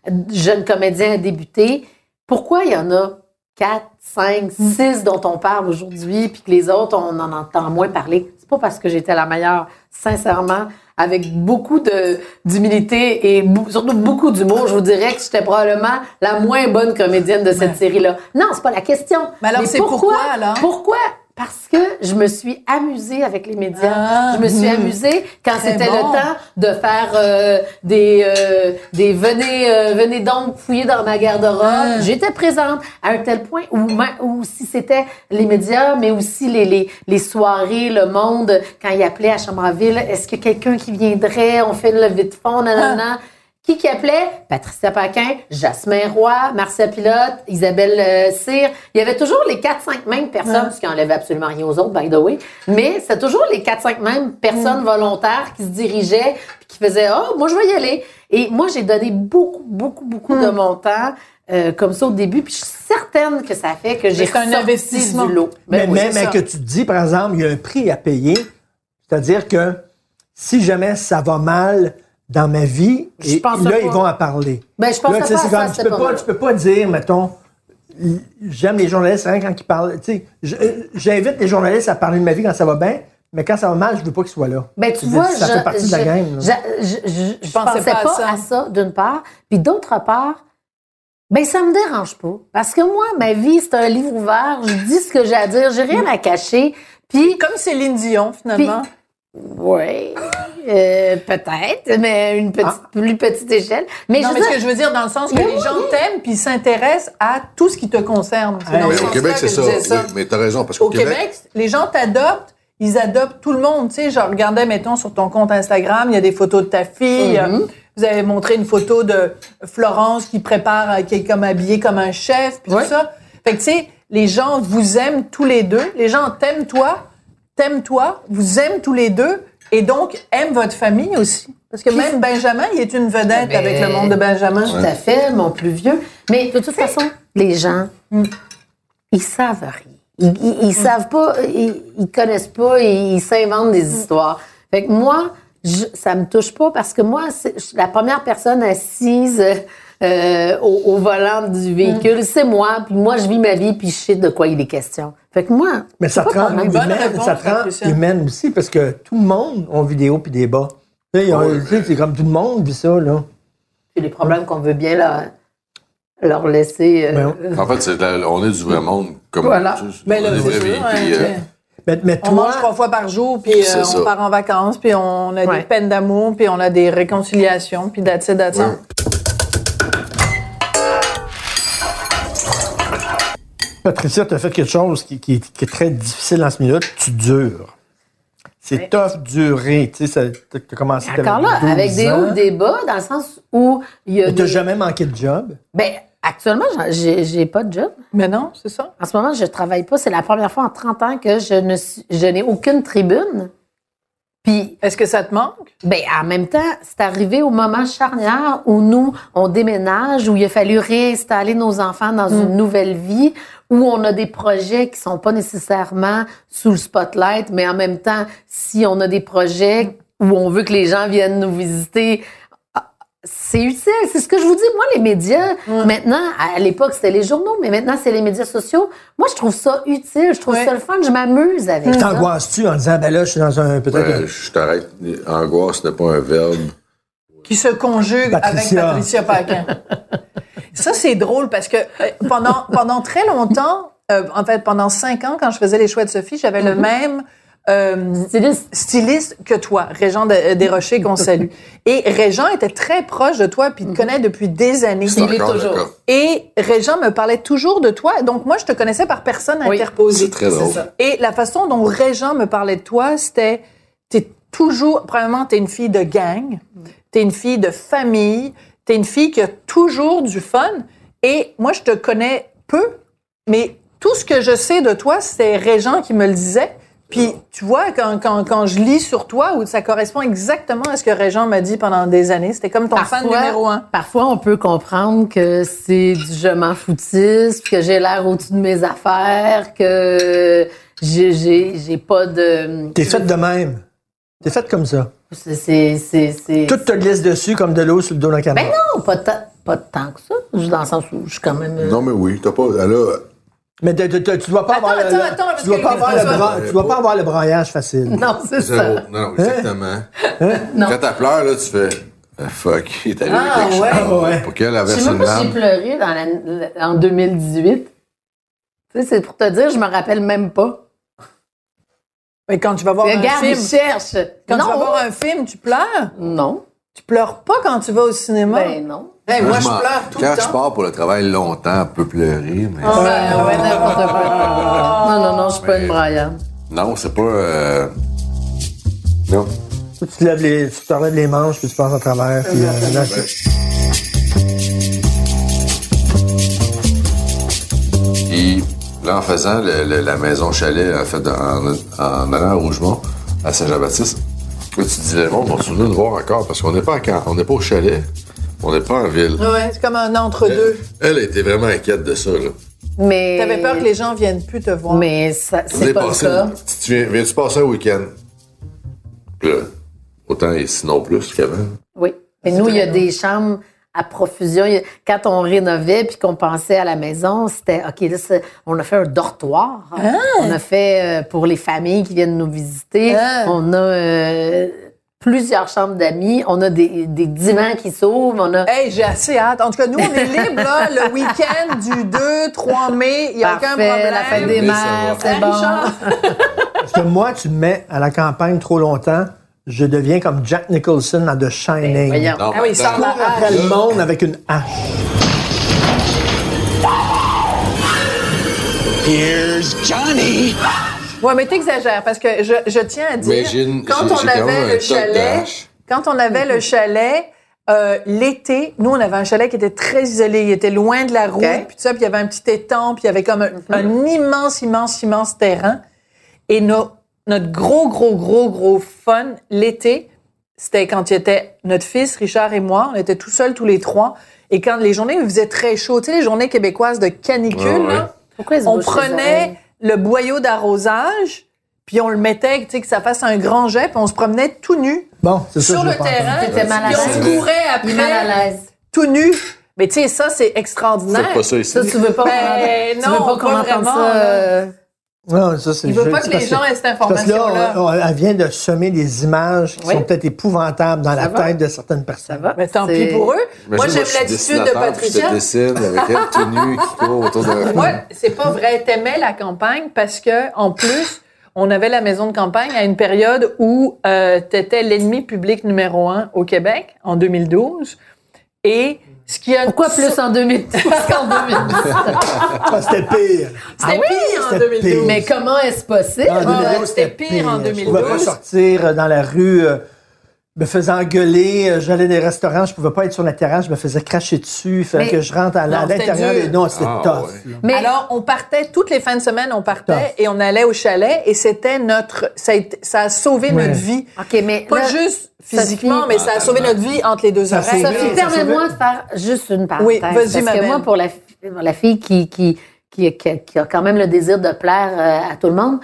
Speaker 6: euh, jeunes comédiens à débuter. Pourquoi il y en a 4, 5,
Speaker 2: Mm.
Speaker 6: 6 dont on parle aujourd'hui, puis que les autres, on en entend moins parler? C'est pas parce que j'étais la meilleure, sincèrement. Avec beaucoup de- d'humilité et bou- surtout beaucoup d'humour, je vous dirais que j'étais probablement la moins bonne comédienne de cette série-là. Non, c'est pas la question.
Speaker 2: Mais alors, c'est pourquoi, hein? alors?
Speaker 6: Pourquoi? Parce que je me suis amusée avec les médias.
Speaker 2: Ah,
Speaker 6: je me suis
Speaker 2: hum.
Speaker 6: amusée quand
Speaker 2: Très
Speaker 6: c'était
Speaker 2: bon.
Speaker 6: le temps de faire euh, des, euh, des venez, euh, venez donc fouiller dans ma garde-robe.
Speaker 2: Ah.
Speaker 6: J'étais présente à un tel point où, ma- où si c'était les médias, mais aussi les, les, les soirées, le monde, quand ils appelaient à Chambre-en-Ville, est-ce que quelqu'un qui viendrait, on fait une levée de fonds,
Speaker 2: Ah.
Speaker 6: nanana. Qui qui appelait? Patricia Paquin, Jasmin Roy, Marcia Pilote, Isabelle euh, Cyr. Il y avait toujours les 4-5 mêmes
Speaker 2: Ah.
Speaker 6: personnes, ce qui enlevait absolument rien aux autres, by the way. Mais c'était toujours les 4-5 mêmes
Speaker 2: Mm.
Speaker 6: personnes volontaires qui se dirigeaient puis qui faisaient « Oh, moi, je vais y aller ». Et moi, j'ai donné beaucoup, beaucoup, beaucoup
Speaker 2: Mm.
Speaker 6: de mon temps euh, comme ça au début. Puis je suis certaine que ça fait que j'ai
Speaker 2: C'est un
Speaker 6: ressorti
Speaker 2: investissement.
Speaker 6: du lot.
Speaker 3: mais
Speaker 6: Ben oui,
Speaker 3: mais,
Speaker 6: c'est
Speaker 3: mais
Speaker 6: ça.
Speaker 3: que tu te dis, par exemple, il y a un prix à payer. C'est-à-dire que si jamais ça va mal dans ma vie,
Speaker 6: Je
Speaker 3: et là,
Speaker 6: pense pas.
Speaker 3: ils vont en parler.
Speaker 6: Ben, je pense
Speaker 3: Là,
Speaker 6: pas
Speaker 3: tu sais,
Speaker 6: à
Speaker 3: c'est
Speaker 6: ça,
Speaker 3: comme,
Speaker 6: à
Speaker 3: tu
Speaker 6: cette
Speaker 3: peux pas,
Speaker 6: époque-là.
Speaker 3: tu peux pas dire, mettons, l- j'aime les journalistes hein, quand ils parlent. Tu sais, je- euh, j'invite les journalistes à parler de ma vie quand ça va bien, mais quand ça va mal, je veux pas qu'ils soient là.
Speaker 6: Ben, tu
Speaker 3: Je-
Speaker 6: vois,
Speaker 3: ça
Speaker 6: je,
Speaker 3: fait partie de la
Speaker 6: je-
Speaker 3: game. là.
Speaker 6: je- je- je- je
Speaker 2: pensais
Speaker 6: pensais
Speaker 2: pas à
Speaker 6: pas,
Speaker 2: ça.
Speaker 6: à ça, d'une part. Puis d'autre part, ben ça me dérange pas. Parce que moi, ma vie, c'est un livre ouvert. Je dis ce que j'ai à dire. J'ai rien à cacher. Puis,
Speaker 2: Comme Céline Dion, finalement.
Speaker 6: ouais, euh, peut-être, mais une petite,
Speaker 3: Ah.
Speaker 6: plus petite échelle. Mais
Speaker 2: non,
Speaker 6: je
Speaker 2: mais
Speaker 6: veux
Speaker 2: ce que
Speaker 6: dire,
Speaker 2: je veux dire, dans le sens que
Speaker 6: Mais
Speaker 2: les
Speaker 6: oui.
Speaker 2: gens t'aiment puis ils s'intéressent à tout ce qui te concerne. Ben, C'est dans ce
Speaker 3: Ouais,
Speaker 5: Mais au
Speaker 2: sens-là
Speaker 5: Québec,
Speaker 2: que
Speaker 5: c'est
Speaker 2: je
Speaker 5: ça.
Speaker 2: disais
Speaker 5: Oui, mais t'as raison, parce
Speaker 2: Au
Speaker 5: qu'au
Speaker 2: Québec,
Speaker 5: Québec,
Speaker 2: les gens t'adoptent, ils adoptent tout le monde. Tu sais, je regardais, mettons, sur ton compte Instagram, il y a des photos de ta fille. euh, Vous avez montré une photo de Florence qui prépare, euh, qui est comme habillée comme un chef, puis
Speaker 6: Ouais.
Speaker 2: tout ça. Fait que, tu sais, les gens vous aiment tous les deux. Les gens t'aiment toi, t'aiment toi, vous aiment tous les deux, et donc aiment votre famille aussi. Parce que
Speaker 6: Puis-
Speaker 2: même Benjamin, il est une vedette
Speaker 6: Ben,
Speaker 2: avec le monde de Benjamin.
Speaker 6: tout à fait, mon plus vieux. Mais Hmm. de toute façon, les gens, ils savent rien. Ils, ils- ils savent pas, ils, ils connaissent pas, ils, ils s'inventent des histoires. Fait que moi, je, ça me touche pas parce que moi, c'est- je suis la première personne assise euh, au, au volant du véhicule, c'est moi. Puis moi, je vis ma vie, puis je sais de quoi il est question. Fait que moi,
Speaker 3: Mais ça te
Speaker 6: pas
Speaker 3: rend
Speaker 6: quand même.
Speaker 3: humaine,
Speaker 2: Bonne réponse,
Speaker 3: ça te rend
Speaker 2: Patricia.
Speaker 3: humaine aussi, parce que tout le monde a vu des hauts puis des bas. Tu sais, ils ont-
Speaker 5: Ouais,
Speaker 3: tu sais,
Speaker 5: mais-
Speaker 3: C'est comme tout le monde vit ça, là.
Speaker 6: c'est les problèmes qu'on veut bien leur, leur laisser. euh,
Speaker 3: Ben,
Speaker 5: en fait, c'est la- on est du vrai monde. Comme,
Speaker 6: Voilà.
Speaker 5: tu sais,
Speaker 2: Mais
Speaker 5: on
Speaker 2: là,
Speaker 5: est
Speaker 2: c'est
Speaker 5: des vraies
Speaker 2: sûr,
Speaker 5: vies,
Speaker 2: hein,
Speaker 5: puis, euh,
Speaker 3: Mais, mais
Speaker 2: On
Speaker 3: toi,
Speaker 2: mange trois fois par jour, puis euh,
Speaker 5: C'est
Speaker 2: on
Speaker 5: ça.
Speaker 2: part en vacances, puis on a
Speaker 6: Ouais.
Speaker 2: des peines d'amour, puis on a des réconciliations, puis that's it, that's all.
Speaker 5: Ouais.
Speaker 3: Patricia, tu as fait quelque chose qui, qui est- qui est très difficile en ce minute. Tu dures. C'est tough durer. Tu sais, tu as commencé t'avais
Speaker 6: Encore là,
Speaker 3: 12
Speaker 6: avec des
Speaker 3: ans.
Speaker 6: hauts et des bas, dans le sens où il y a.
Speaker 3: Mais t'as
Speaker 6: Des...
Speaker 3: jamais manqué de job.
Speaker 6: Ben, actuellement, j'en- j'ai j'ai pas de job.
Speaker 2: Mais non, c'est ça.
Speaker 6: En ce moment, je travaille pas. C'est la première fois en 30 ans que je ne suis- je n'ai aucune tribune. Puis,
Speaker 2: Est-ce que ça te manque?
Speaker 6: ben, en même temps, c'est arrivé au moment charnière où nous, on déménage, où il a fallu réinstaller nos enfants dans une nouvelle vie, où on a des projets qui sont pas nécessairement sous le spotlight, mais en même temps, si on a des projets où on veut que les gens viennent nous visiter, ah, c'est utile. C'est ce que je vous dis. Moi, les médias, maintenant, à à l'époque, c'était les journaux, mais maintenant, c'est les médias sociaux. Moi, je trouve ça utile. Je trouve
Speaker 2: Ouais.
Speaker 6: ça le fun. Je m'amuse avec
Speaker 2: Mm-hmm.
Speaker 3: Mm.
Speaker 6: ça.
Speaker 3: T'angoisses-tu en disant, ben là, je suis dans un. Peut-être.
Speaker 5: Euh, je t'arrête. Angoisse n'est pas un verbe
Speaker 2: Puis
Speaker 5: qui
Speaker 2: se conjugue
Speaker 3: Patricia.
Speaker 2: avec Patricia Paquin. Ça, c'est drôle parce que euh, pendant, pendant très longtemps, euh, en fait, pendant cinq ans, quand je faisais les choix de Sophie, j'avais
Speaker 5: Mm-hmm.
Speaker 2: le même euh,
Speaker 6: Styliste.
Speaker 2: styliste que toi, Régent de- euh, Desrochers, qu'on salue. Et Régent était très proche de toi, puis il te connaît depuis des années.
Speaker 5: Mm-hmm. C'est
Speaker 6: Il est
Speaker 5: encore le
Speaker 6: toujours.
Speaker 5: cas.
Speaker 2: Et Régent me parlait toujours de toi. Donc, moi, je te connaissais par personne
Speaker 6: Oui.
Speaker 2: interposée.
Speaker 5: C'est très drôle.
Speaker 2: ça. Et la façon dont Régent me parlait de toi, c'était, t'es toujours, premièrement, t'es une fille de gang, t'es une fille de famille, t'es une fille qui a toujours du fun. Et moi, je te connais peu, mais tout ce que je sais de toi, c'est Régent qui me le disait. Puis, tu vois, quand, quand, quand je lis sur toi, où ça correspond exactement à ce que Régent m'a dit pendant des années, c'était comme ton fan numéro un.
Speaker 6: Parfois, on peut comprendre que c'est du je m'en foutiste, que j'ai l'air au-dessus de mes affaires, que j'ai- j'ai j'ai pas de.
Speaker 3: T'es faite de même. T'es faite comme ça.
Speaker 6: C'est- C'est. c'est- c'est-
Speaker 3: Tout te glisse dessus comme de l'eau sur le dos d'un canard.
Speaker 6: Ben non, pas tant, pas tant que ça. Je- Dans le sens où je suis quand même. euh,
Speaker 5: Non, mais oui, t'as pas. Elle a.
Speaker 3: Mais t'as- t'as- tu dois pas
Speaker 2: Attends,
Speaker 3: avoir le-
Speaker 2: attends,
Speaker 3: le-
Speaker 2: attends, parce
Speaker 3: tu dois
Speaker 2: que-
Speaker 3: pas avoir le
Speaker 2: François-
Speaker 3: bran- tu dois pas avoir le braillage facile.
Speaker 6: Non, c'est ça.
Speaker 5: Zéro. Non, non, exactement. Quand t'as pleuré, là, tu fais. Ah, Fuck, il est arrivé
Speaker 6: Ah,
Speaker 5: quelque
Speaker 6: ouais.
Speaker 5: chose.
Speaker 3: Ah, ouais.
Speaker 5: Pour qu'elle
Speaker 6: Je
Speaker 5: avait
Speaker 6: sais
Speaker 5: une
Speaker 6: même pas si j'ai
Speaker 5: lame.
Speaker 6: pleuré dans la- en 2018. Tu sais, c'est pour te dire, je me rappelle même pas.
Speaker 2: Mais quand tu vas voir un
Speaker 6: Regarde,
Speaker 2: film,
Speaker 6: je cherche.
Speaker 2: quand
Speaker 6: non,
Speaker 2: tu vas voir un film, tu pleures.
Speaker 6: non.
Speaker 2: Tu pleures pas quand tu vas au cinéma.
Speaker 6: Ben non.
Speaker 2: Hey, moi, je
Speaker 5: m'en-
Speaker 2: pleure tout
Speaker 5: Quand
Speaker 2: le temps.
Speaker 5: je pars pour le travail longtemps, on peut pleurer, mais.
Speaker 6: Ben, ouais, n'importe quoi. Non, non, non, je suis pas une braillante.
Speaker 5: Non, c'est pas. euh, Non.
Speaker 3: Tu te lèves les, tu te relèves les manches puis tu passes à travers. Puis, euh, là, c'est-
Speaker 5: Puis là, en faisant le- le- la maison chalet, en fait, en, en allant à Rougemont, à Saint-Jean-Baptiste, là, tu te dis, le monde va se venir nous voir encore parce qu'on n'est pas à Caen, on n'est pas au chalet, on n'est pas en ville.
Speaker 2: Ouais, c'est comme un entre-deux.
Speaker 6: Euh,
Speaker 5: Elle était vraiment inquiète de ça. Là.
Speaker 6: Mais.
Speaker 2: T'avais peur que les gens viennent plus te voir.
Speaker 6: Mais ça,
Speaker 5: Vous avez
Speaker 6: c'est pas
Speaker 5: passé
Speaker 6: ça.
Speaker 5: une- Tu- Tu viens, viens-tu passer un week-end? Puis Là, autant et sinon plus qu'avant.
Speaker 6: Oui. Mais nous, il y a des chambres à profusion. Il y a- Quand on rénovait puis qu'on pensait à la maison, c'était OK, là, c'est- on a fait un dortoir.
Speaker 2: Hein?
Speaker 6: On a fait euh, pour les familles qui viennent nous visiter.
Speaker 2: Ah.
Speaker 6: On a euh, plusieurs chambres d'amis. On a des, des divans qui s'ouvrent. On a.
Speaker 2: Hey, j'ai assez hâte. En tout cas, nous, on est libres, là, le week-end du 2, 3 mai. Il n'y a aucun
Speaker 6: Parfait,
Speaker 2: problème.
Speaker 6: la fête des
Speaker 5: Mais ça va.
Speaker 6: mères, c'est
Speaker 2: Hey,
Speaker 6: bon.
Speaker 2: Richard,
Speaker 3: Parce que moi, tu me mets à la campagne trop longtemps, je deviens comme Jack Nicholson dans The Shining.
Speaker 6: Voyons.
Speaker 5: Non,
Speaker 2: Ah oui,
Speaker 5: mais
Speaker 2: ça
Speaker 5: attends.
Speaker 2: va.
Speaker 3: cours après le monde avec une hache.
Speaker 2: Ouais, mais t'exagères parce que je, je tiens à dire.
Speaker 5: Mais j'ai une-
Speaker 2: quand,
Speaker 5: j'ai-
Speaker 2: on
Speaker 5: j'ai quand même
Speaker 2: avait
Speaker 5: un
Speaker 2: le
Speaker 5: toc de
Speaker 2: chalet,
Speaker 5: hache.
Speaker 2: quand on avait le chalet, euh, l'été, nous, on avait un chalet qui était très isolé. Il était loin de la route, puis tout ça, puis il y avait un petit étang, puis il y avait comme un, un immense, immense, immense terrain. Et nos- notre gros, gros, gros, gros fun l'été, c'était quand il était notre fils, Richard et moi. On était tout seuls, tous les trois. Et quand les journées il faisait très chaud, tu sais, les journées québécoises de canicule,
Speaker 5: Ouais, ouais.
Speaker 2: là,
Speaker 6: Pourquoi ils se
Speaker 2: on
Speaker 6: bouchent les
Speaker 2: prenait
Speaker 6: oreilles?
Speaker 2: le boyau d'arrosage, puis on le mettait, tu sais, que ça fasse un grand jet, puis on se promenait tout nu
Speaker 3: Bon, c'est ça.
Speaker 2: sur
Speaker 3: je
Speaker 2: le
Speaker 3: veux pas
Speaker 2: terrain.
Speaker 3: entendre.
Speaker 6: T'étais mal à
Speaker 2: Puis on
Speaker 5: l'aise.
Speaker 2: se courait
Speaker 6: Il est mal
Speaker 2: après,
Speaker 6: à l'aise.
Speaker 2: tout nu. Mais tu sais, ça, c'est
Speaker 5: C'est
Speaker 2: extraordinaire.
Speaker 5: pas ça ici.
Speaker 6: Ça, tu veux pas qu'on
Speaker 2: Ben,
Speaker 6: entende- tu
Speaker 2: non,
Speaker 6: veux pas qu'on
Speaker 2: pas
Speaker 6: entende
Speaker 2: vraiment,
Speaker 6: ça.
Speaker 2: là.
Speaker 6: euh,
Speaker 3: Non, ça, c'est
Speaker 2: Il veut
Speaker 3: je-
Speaker 2: pas que
Speaker 3: c'est
Speaker 2: les
Speaker 3: parce
Speaker 2: gens aient cette
Speaker 3: Parce que là,
Speaker 2: information-là.
Speaker 3: on- on- elle vient de semer des images qui
Speaker 6: Oui.
Speaker 3: sont peut-être épouvantables dans la
Speaker 6: va.
Speaker 3: tête de certaines
Speaker 6: Ça
Speaker 3: personnes.
Speaker 6: va.
Speaker 2: Mais Ben, tant
Speaker 6: C'est-
Speaker 2: pis pour eux. Moi,
Speaker 5: Imagine,
Speaker 2: j'aime
Speaker 5: je suis
Speaker 2: l'attitude de
Speaker 5: dessinateur, puis
Speaker 2: Patricia.
Speaker 5: Je te dessine avec elle tout nue qui court autour de la
Speaker 2: Moi, c'est pas vrai. T'aimais la campagne parce que, en plus, on avait la maison de campagne à une période où euh, t'étais l'ennemi public numéro un au Québec, en 2012. Et ce qui a...
Speaker 6: Pourquoi plus en 2012 qu'en 2010?
Speaker 3: Ah, C'était pire.
Speaker 2: C'était
Speaker 6: Ah
Speaker 2: pire en
Speaker 3: C'était
Speaker 2: 2012.
Speaker 3: pire.
Speaker 6: Mais comment est-ce possible?
Speaker 3: En 2012,
Speaker 2: ouais, c'était pire en
Speaker 3: Je pouvais
Speaker 2: 2012.
Speaker 3: pas sortir euh, dans la rue, euh, me faisant gueuler. euh, J'allais dans les restaurants, je pouvais pas être sur la terrasse, je me faisais cracher dessus. Il fallait
Speaker 6: Mais-
Speaker 3: que je rentre à la-
Speaker 2: Non,
Speaker 3: à
Speaker 2: c'était
Speaker 3: l'intérieur.
Speaker 2: dur.
Speaker 3: et Non, c'était
Speaker 5: Ah,
Speaker 3: tough.
Speaker 5: ouais.
Speaker 3: là.
Speaker 6: Mais
Speaker 2: Alors, on partait toutes les fins de semaine, on partait
Speaker 3: Tough.
Speaker 2: et on allait au chalet et c'était notre, ça a, été- ça a sauvé
Speaker 3: Ouais.
Speaker 2: notre vie.
Speaker 6: OK, mais
Speaker 2: Pas
Speaker 6: là,
Speaker 2: juste
Speaker 6: Sophie-
Speaker 2: physiquement, mais ça a
Speaker 5: Ah,
Speaker 2: sauvé notre
Speaker 5: tellement.
Speaker 2: vie entre les deux
Speaker 3: Ça a
Speaker 2: oreilles.
Speaker 3: sauvé-
Speaker 6: Sophie,
Speaker 3: ça sauvait-
Speaker 6: permets-moi de faire juste une parenthèse.
Speaker 2: Oui, vas-y, ma
Speaker 6: Parce que
Speaker 2: belle.
Speaker 6: moi, pour la, fi- pour la fille qui, qui, qui, qui- qui a quand même le désir de plaire euh, à tout le monde,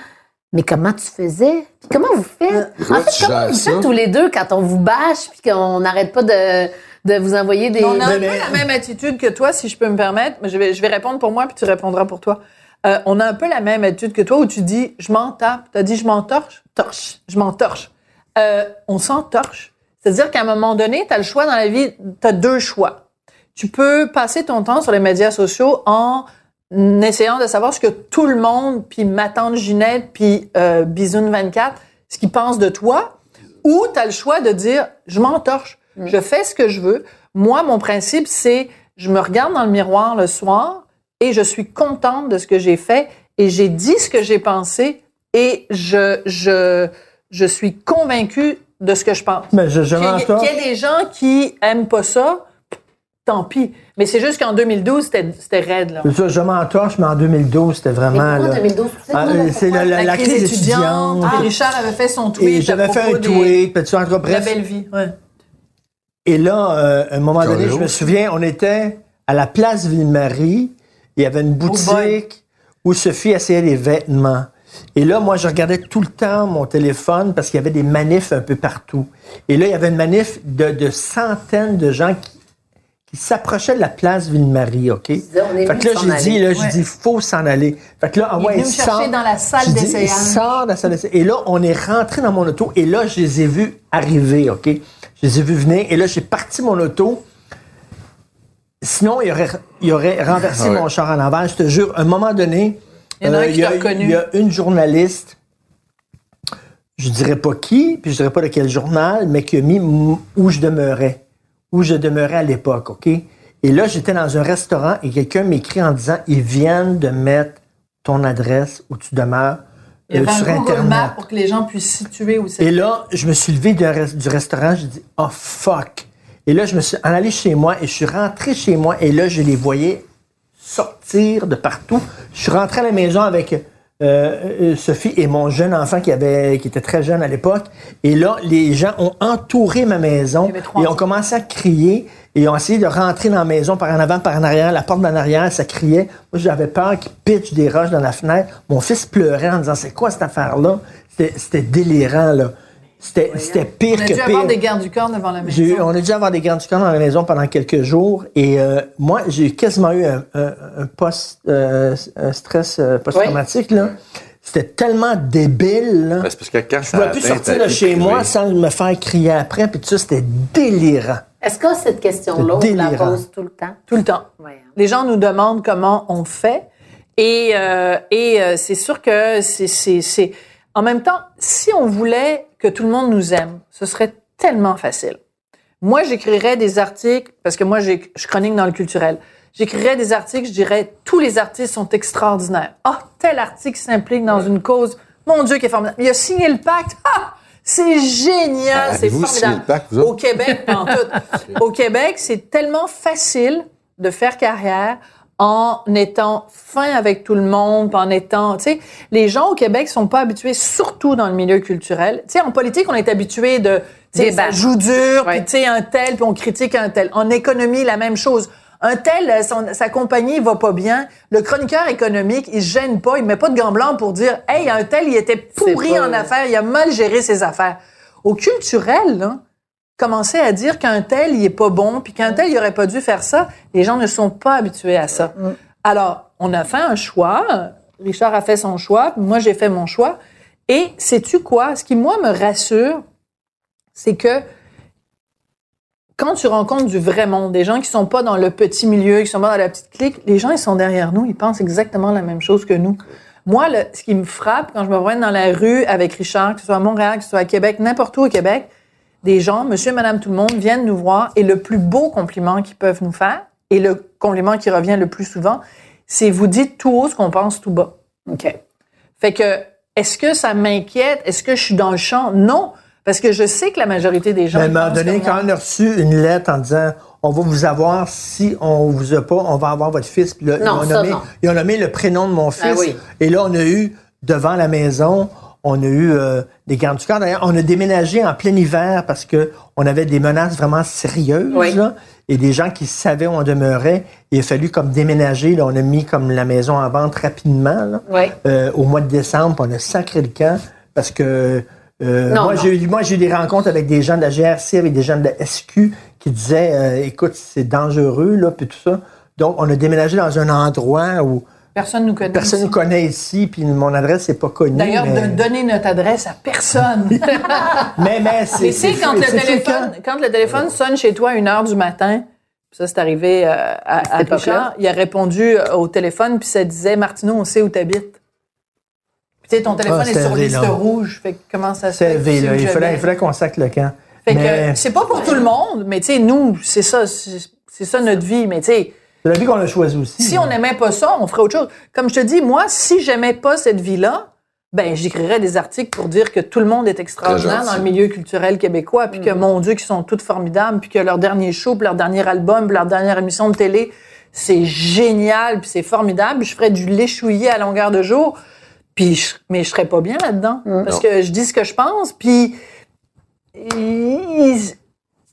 Speaker 6: mais comment tu faisais? Puis comment vous faites?
Speaker 5: Comment
Speaker 6: en fait,
Speaker 5: tu
Speaker 6: comment
Speaker 5: gères
Speaker 6: vous
Speaker 5: ça?
Speaker 6: faites tous les deux quand on vous bâche puis qu'on n'arrête pas de, de vous envoyer des...
Speaker 2: On a un
Speaker 3: Mais-
Speaker 2: peu la même attitude que toi, si je peux me permettre. Je vais, je vais répondre pour moi, puis tu répondras pour toi. Euh, on a un peu la même attitude que toi où tu dis je m'en tape. Tu as dit je m'en torche? Torche. Je m'en torche. Euh, on s'en torche. C'est-à-dire qu'à un moment donné, tu as le choix dans la vie, tu as deux choix. Tu peux passer ton temps sur les médias sociaux en essayant de savoir ce que tout le monde, puis ma tante Ginette, puis euh, Bisoun 24, ce qu'ils pensent de toi, ou tu as le choix de dire, je m'entorche, je fais ce que je veux. Moi, mon principe, c'est, je me regarde dans le miroir le soir et je suis contente de ce que j'ai fait et j'ai dit ce que j'ai pensé et je, je, je suis convaincue de ce que je pense.
Speaker 3: Mais je, je
Speaker 2: Qu'il y a-
Speaker 3: m'entends.
Speaker 2: qu'il y a des gens qui aiment pas ça, tant pis. Mais c'est juste qu'en 2012, c'était c'était raide. Là.
Speaker 3: Je, je m'entorche, mais en 2012, c'était
Speaker 6: Mais
Speaker 3: vraiment.
Speaker 6: pourquoi
Speaker 3: là-
Speaker 6: 2012? Tu sais,
Speaker 3: Ah,
Speaker 6: moi, là,
Speaker 3: c'est
Speaker 6: pourquoi-
Speaker 3: la- la- crise étudiante.
Speaker 2: puis Richard avait fait son tweet.
Speaker 3: Et j'avais
Speaker 2: ah, à
Speaker 3: fait un
Speaker 2: propos des-
Speaker 3: tweet, puis tu vois, en tout cas,
Speaker 2: de La
Speaker 3: bref.
Speaker 2: belle vie. ouais.
Speaker 3: Et là, euh, à un moment
Speaker 5: Carré
Speaker 3: donné, je
Speaker 5: rouge.
Speaker 3: me souviens, on était à la place Ville-Marie. Il y avait une
Speaker 6: Oh
Speaker 2: boy.
Speaker 3: boutique où Sophie essayait des vêtements. Et là, moi, je regardais tout le temps mon téléphone parce qu'il y avait des manifs un peu partout. Et là, il y avait une manif de, de centaines de gens qui, qui s'approchaient de la place Ville-Marie, OK?
Speaker 6: disaient, on est
Speaker 3: fait
Speaker 6: venu
Speaker 3: que là,
Speaker 6: s'en
Speaker 3: j'ai dit, là,
Speaker 6: aller.
Speaker 3: j'ai dit, faut s'en aller. Fait que là, ah
Speaker 2: Il est
Speaker 3: ouais,
Speaker 2: venu me
Speaker 3: sort.
Speaker 2: chercher dans la salle
Speaker 3: J'ai dit,
Speaker 2: d'essayage.
Speaker 3: il sort de la salle d'essai. Et là, on est rentré dans mon auto et là, je les ai vus arriver, OK? Je les ai vus venir et là, j'ai parti mon auto. Sinon, il aurait, il aurait renversé
Speaker 5: Ah ouais.
Speaker 3: mon char en avant. Je te jure, à un moment donné,
Speaker 2: Il y en a un qui
Speaker 3: y,
Speaker 2: t'a reconnu.
Speaker 3: il y a une journaliste, je dirais pas qui, puis je dirais pas de quel journal, mais qui a mis m- où je demeurais, où je demeurais à l'époque, OK? Et là, j'étais dans un restaurant et quelqu'un m'écrit en disant ils viennent de mettre ton adresse où tu demeures
Speaker 2: Il y
Speaker 3: euh,
Speaker 2: avait un
Speaker 3: sur
Speaker 2: Google
Speaker 3: Internet.
Speaker 2: Maps pour que les gens puissent situer où
Speaker 3: Et
Speaker 2: c'est.
Speaker 3: là, je me suis levé du, res- du restaurant, j'ai dit oh fuck. Et là, je me suis en allé chez moi et je suis rentré chez moi et là, je les voyais sortir de partout. Je suis rentré à la maison avec euh, euh, Sophie et mon jeune enfant qui avait qui était très jeune à l'époque. Et là, les gens ont entouré ma maison
Speaker 2: Il y avait trois
Speaker 3: et ont
Speaker 2: enfants.
Speaker 3: commencé à crier et ont essayé de rentrer dans la maison par en avant, par en arrière, la porte d'en arrière, ça criait. Moi, j'avais peur qu'ils pitchent des roches dans la fenêtre. Mon fils pleurait en disant c'est quoi cette affaire là C'était c'était délirant là. C'était c'était pire
Speaker 2: On a
Speaker 3: que
Speaker 2: dû
Speaker 3: pire.
Speaker 2: avoir des gardes du corps devant la maison.
Speaker 3: J'ai eu- on a dû avoir des grandes du corps dans la maison pendant quelques jours. Et euh, moi, j'ai quasiment eu un, un- un post, euh, un stress euh, post-traumatique. là. C'était tellement débile. là.
Speaker 5: Ben, c'est parce que quand
Speaker 3: Je
Speaker 5: ça
Speaker 3: ne pouvais plus
Speaker 5: atteint
Speaker 3: sortir
Speaker 5: ta
Speaker 3: de
Speaker 5: vie
Speaker 3: chez
Speaker 5: privée,
Speaker 3: moi sans me faire crier après. Puis tout ça, c'était délirant.
Speaker 6: Est-ce que cette question-là, on la
Speaker 3: Délirant.
Speaker 6: pose tout le temps?
Speaker 2: Tout le temps.
Speaker 6: Ouais, hein.
Speaker 2: Les gens nous demandent comment on fait. Et, euh, et euh, c'est sûr que c'est, c'est, c'est... En même temps, si on voulait que tout le monde nous aime, ce serait tellement facile. Moi, j'écrirais des articles, parce que moi, j'ai- je chronique dans le culturel. J'écrirais des articles, je dirais, tous les artistes sont extraordinaires. Ah, tel article s'implique dans une cause. Mon Dieu, qui est formidable. Il a signé le pacte. Ah, c'est génial,
Speaker 5: Ah,
Speaker 2: c'est
Speaker 5: vous, signer
Speaker 2: formidable.
Speaker 5: le pacte, vous
Speaker 2: Au
Speaker 5: autres?
Speaker 2: Québec, pas en tout. Au Québec, c'est tellement facile de faire carrière en étant fin avec tout le monde, puis en étant, tu sais, les gens au Québec sont pas habitués, surtout dans le milieu culturel. Tu sais, en politique, on est habitué de, tu sais, ça
Speaker 6: Débattre.
Speaker 2: joue dur,
Speaker 6: Ouais.
Speaker 2: puis tu sais, un tel, puis on critique un tel. En économie, la même chose. Un tel, euh, son- sa compagnie, il va pas bien. Le chroniqueur économique, il se gêne pas, il met pas de gants blancs pour dire, hey, un tel, il était pourri
Speaker 6: pas-
Speaker 2: en affaires, il a mal géré ses affaires. Au culturel, là, commencer à dire qu'un tel, il est pas bon, puis qu'un tel, il aurait pas dû faire ça, les gens ne sont pas habitués à ça. Alors, on a fait un choix. Richard a fait son choix, puis moi, j'ai fait mon choix. Et sais-tu quoi? Ce qui, moi, me rassure, c'est que quand tu rencontres du vrai monde, des gens qui sont pas dans le petit milieu, qui sont pas dans la petite clique, les gens, ils sont derrière nous, ils pensent exactement la même chose que nous. Moi, le- ce qui me frappe quand je me promène dans la rue avec Richard, que ce soit à Montréal, que ce soit à Québec, n'importe où au Québec, des gens, monsieur, madame, tout le monde, viennent nous voir et le plus beau compliment qu'ils peuvent nous faire, et le compliment qui revient le plus souvent, c'est vous dites tout haut ce qu'on pense tout bas.
Speaker 6: OK.
Speaker 2: Fait que, est-ce que ça m'inquiète? Est-ce que je suis dans le champ? Non, parce que je sais que la majorité des gens.
Speaker 3: Mais à un
Speaker 2: ils
Speaker 3: moment
Speaker 2: pensent
Speaker 3: donné,
Speaker 2: comme moi.
Speaker 3: quand on a reçu une lettre en disant on va vous avoir, si on vous a pas, on va avoir votre fils. Puis là,
Speaker 6: Non,
Speaker 3: ils, ont
Speaker 6: ça,
Speaker 3: nommé,
Speaker 6: non. Ben
Speaker 3: ils ont nommé le prénom de mon fils.
Speaker 6: oui.
Speaker 3: Et là, on a eu devant la maison, on a eu euh, des gardes du corps. D'ailleurs, on a déménagé en plein hiver parce que on avait des menaces vraiment sérieuses.
Speaker 6: Oui.
Speaker 3: là, et des gens qui savaient où on demeurait. Il a fallu comme déménager. Là, on a mis comme la maison en vente rapidement. là.
Speaker 6: Oui.
Speaker 3: Euh, au mois de décembre, puis on a sacré le camp parce que euh,
Speaker 6: Non,
Speaker 3: moi,
Speaker 6: non.
Speaker 3: j'ai eu, moi, j'ai eu des rencontres avec des gens de la GRC, avec des gens de la SQ qui disaient euh, écoute, c'est dangereux, là, puis tout ça. Donc, on a déménagé dans un endroit où
Speaker 2: Personne nous connaît.
Speaker 3: Personne ne
Speaker 2: ici.
Speaker 3: nous connaît ici, puis mon adresse n'est pas connue.
Speaker 2: D'ailleurs,
Speaker 3: mais,
Speaker 2: de donner notre adresse à personne.
Speaker 3: mais, mais c'est.
Speaker 2: Mais tu sais,
Speaker 3: c'est-
Speaker 2: quand, le
Speaker 3: c'est
Speaker 2: téléphone- quand le téléphone sonne chez toi à 1 h du matin, ça, c'est arrivé euh, à, à Richard, il a répondu euh, au téléphone, puis ça disait Martineau, on sait où t'habites. Puis, tu sais, ton téléphone est
Speaker 3: Ah, c'est
Speaker 2: sur
Speaker 3: vrai,
Speaker 2: liste
Speaker 3: là.
Speaker 2: rouge. Fait que comment ça se fait?
Speaker 3: C'est
Speaker 2: que tu sais
Speaker 3: élevé, là.
Speaker 2: où
Speaker 3: Il fallait, il
Speaker 2: j'habite?
Speaker 3: fallait qu'on sac le camp.
Speaker 2: Fait que
Speaker 3: Mais-
Speaker 2: euh, c'est pas pour tout le monde, mais tu sais, nous, c'est ça, c'est c'est ça notre vie. Mais tu sais,
Speaker 3: C'est la vie qu'on a choisie aussi.
Speaker 2: si on n'aimait pas ça, on ferait autre chose. Comme je te dis, moi, si j'aimais pas cette vie-là, ben j'écrirais des articles pour dire que tout le monde est extraordinaire
Speaker 5: Très gentil.
Speaker 2: dans le milieu culturel québécois, puis que
Speaker 6: Mm.
Speaker 2: mon Dieu, qu'ils sont toutes formidables, puis que leur dernier show, puis leur dernier album, puis leur dernière émission de télé, c'est génial, puis c'est formidable. Je ferais du l'échouiller à longueur de jour, puis je- mais je serais pas bien là-dedans
Speaker 6: Mm.
Speaker 2: parce
Speaker 5: Non.
Speaker 2: que je dis ce que je pense, puis il-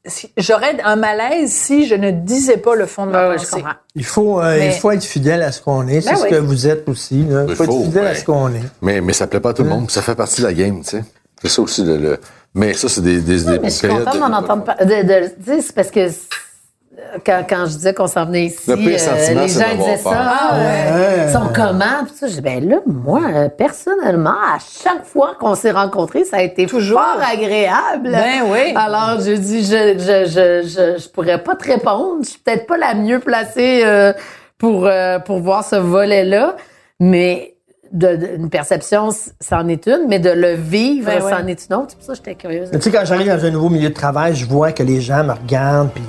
Speaker 2: si- j'aurais un malaise si je ne disais pas le fond de ma
Speaker 6: Ah oui, je
Speaker 2: pensée.
Speaker 6: comprends.
Speaker 3: Il faut, euh,
Speaker 2: Mais-
Speaker 3: il faut être fidèle à ce qu'on est. C'est
Speaker 6: Ben
Speaker 3: ce
Speaker 6: oui.
Speaker 3: que vous êtes aussi. là. Il faut,
Speaker 5: Il faut,
Speaker 3: être fidèle à
Speaker 5: ouais.
Speaker 3: ce qu'on est.
Speaker 6: Oh.
Speaker 5: Mais, mais ça plaît pas à tout
Speaker 6: Hein?
Speaker 5: le monde. Ça fait partie de la game, tu sais. C'est ça aussi le. le- Mais ça, c'est des, des, des
Speaker 6: Mais je suis
Speaker 5: périodes
Speaker 6: contente
Speaker 5: de-
Speaker 6: d'en entendre parler. De, de- tu sais, c'est parce que c'est- quand, quand je disais qu'on s'en venait ici, euh,
Speaker 5: Le pire sentiment,
Speaker 6: les
Speaker 5: c'est
Speaker 6: gens
Speaker 5: d'avoir
Speaker 6: disaient ça.
Speaker 5: peur.
Speaker 6: Ah
Speaker 3: ouais.
Speaker 6: Ils sont comment? Puis ça, je dis, ben là, moi, euh, personnellement, à chaque fois qu'on s'est rencontrés, ça a été
Speaker 2: Toujours.
Speaker 6: fort agréable.
Speaker 2: Ben oui.
Speaker 6: Alors, je dis, je, je, je, je, je pourrais pas te répondre. Je suis peut-être pas la mieux placée euh, pour, euh, pour voir ce volet-là. Mais de, de- une perception, c- c'en est une, mais de le vivre,
Speaker 2: Ben ouais.
Speaker 6: c'en est une autre. C'est pour ça que j'étais curieuse.
Speaker 3: Mais Tu sais, quand j'arrive dans un nouveau milieu de travail, je vois que les gens me regardent, puis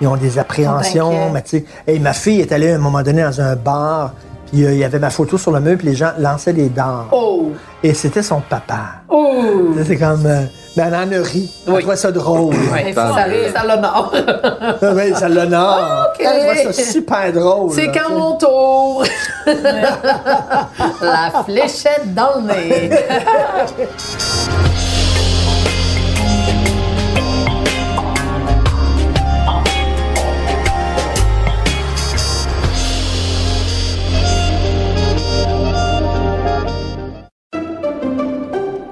Speaker 3: ils ont des
Speaker 6: Ils sont
Speaker 3: appréhensions.
Speaker 6: inquiets.
Speaker 3: Mais tu sais, hey, ma fille est allée à un moment donné dans un bar, puis euh, il y avait ma photo sur le mur, puis les gens lançaient des dards.
Speaker 6: Oh!
Speaker 3: Et c'était son papa.
Speaker 6: Oh!
Speaker 3: C'est comme. euh, ben, elle en a ri. Elle
Speaker 6: Oui.
Speaker 3: trouvait ça drôle.
Speaker 2: Mais
Speaker 5: Tant
Speaker 2: faut
Speaker 5: mieux.
Speaker 2: arrêter.
Speaker 6: Ça l'honore.
Speaker 3: Ah oui, ça l'honore.
Speaker 6: Oh, ok.
Speaker 3: Elle trouvait ça super drôle.
Speaker 6: C'est
Speaker 3: là,
Speaker 6: quand
Speaker 3: tu sais.
Speaker 6: mon tour. La fléchette dans le nez.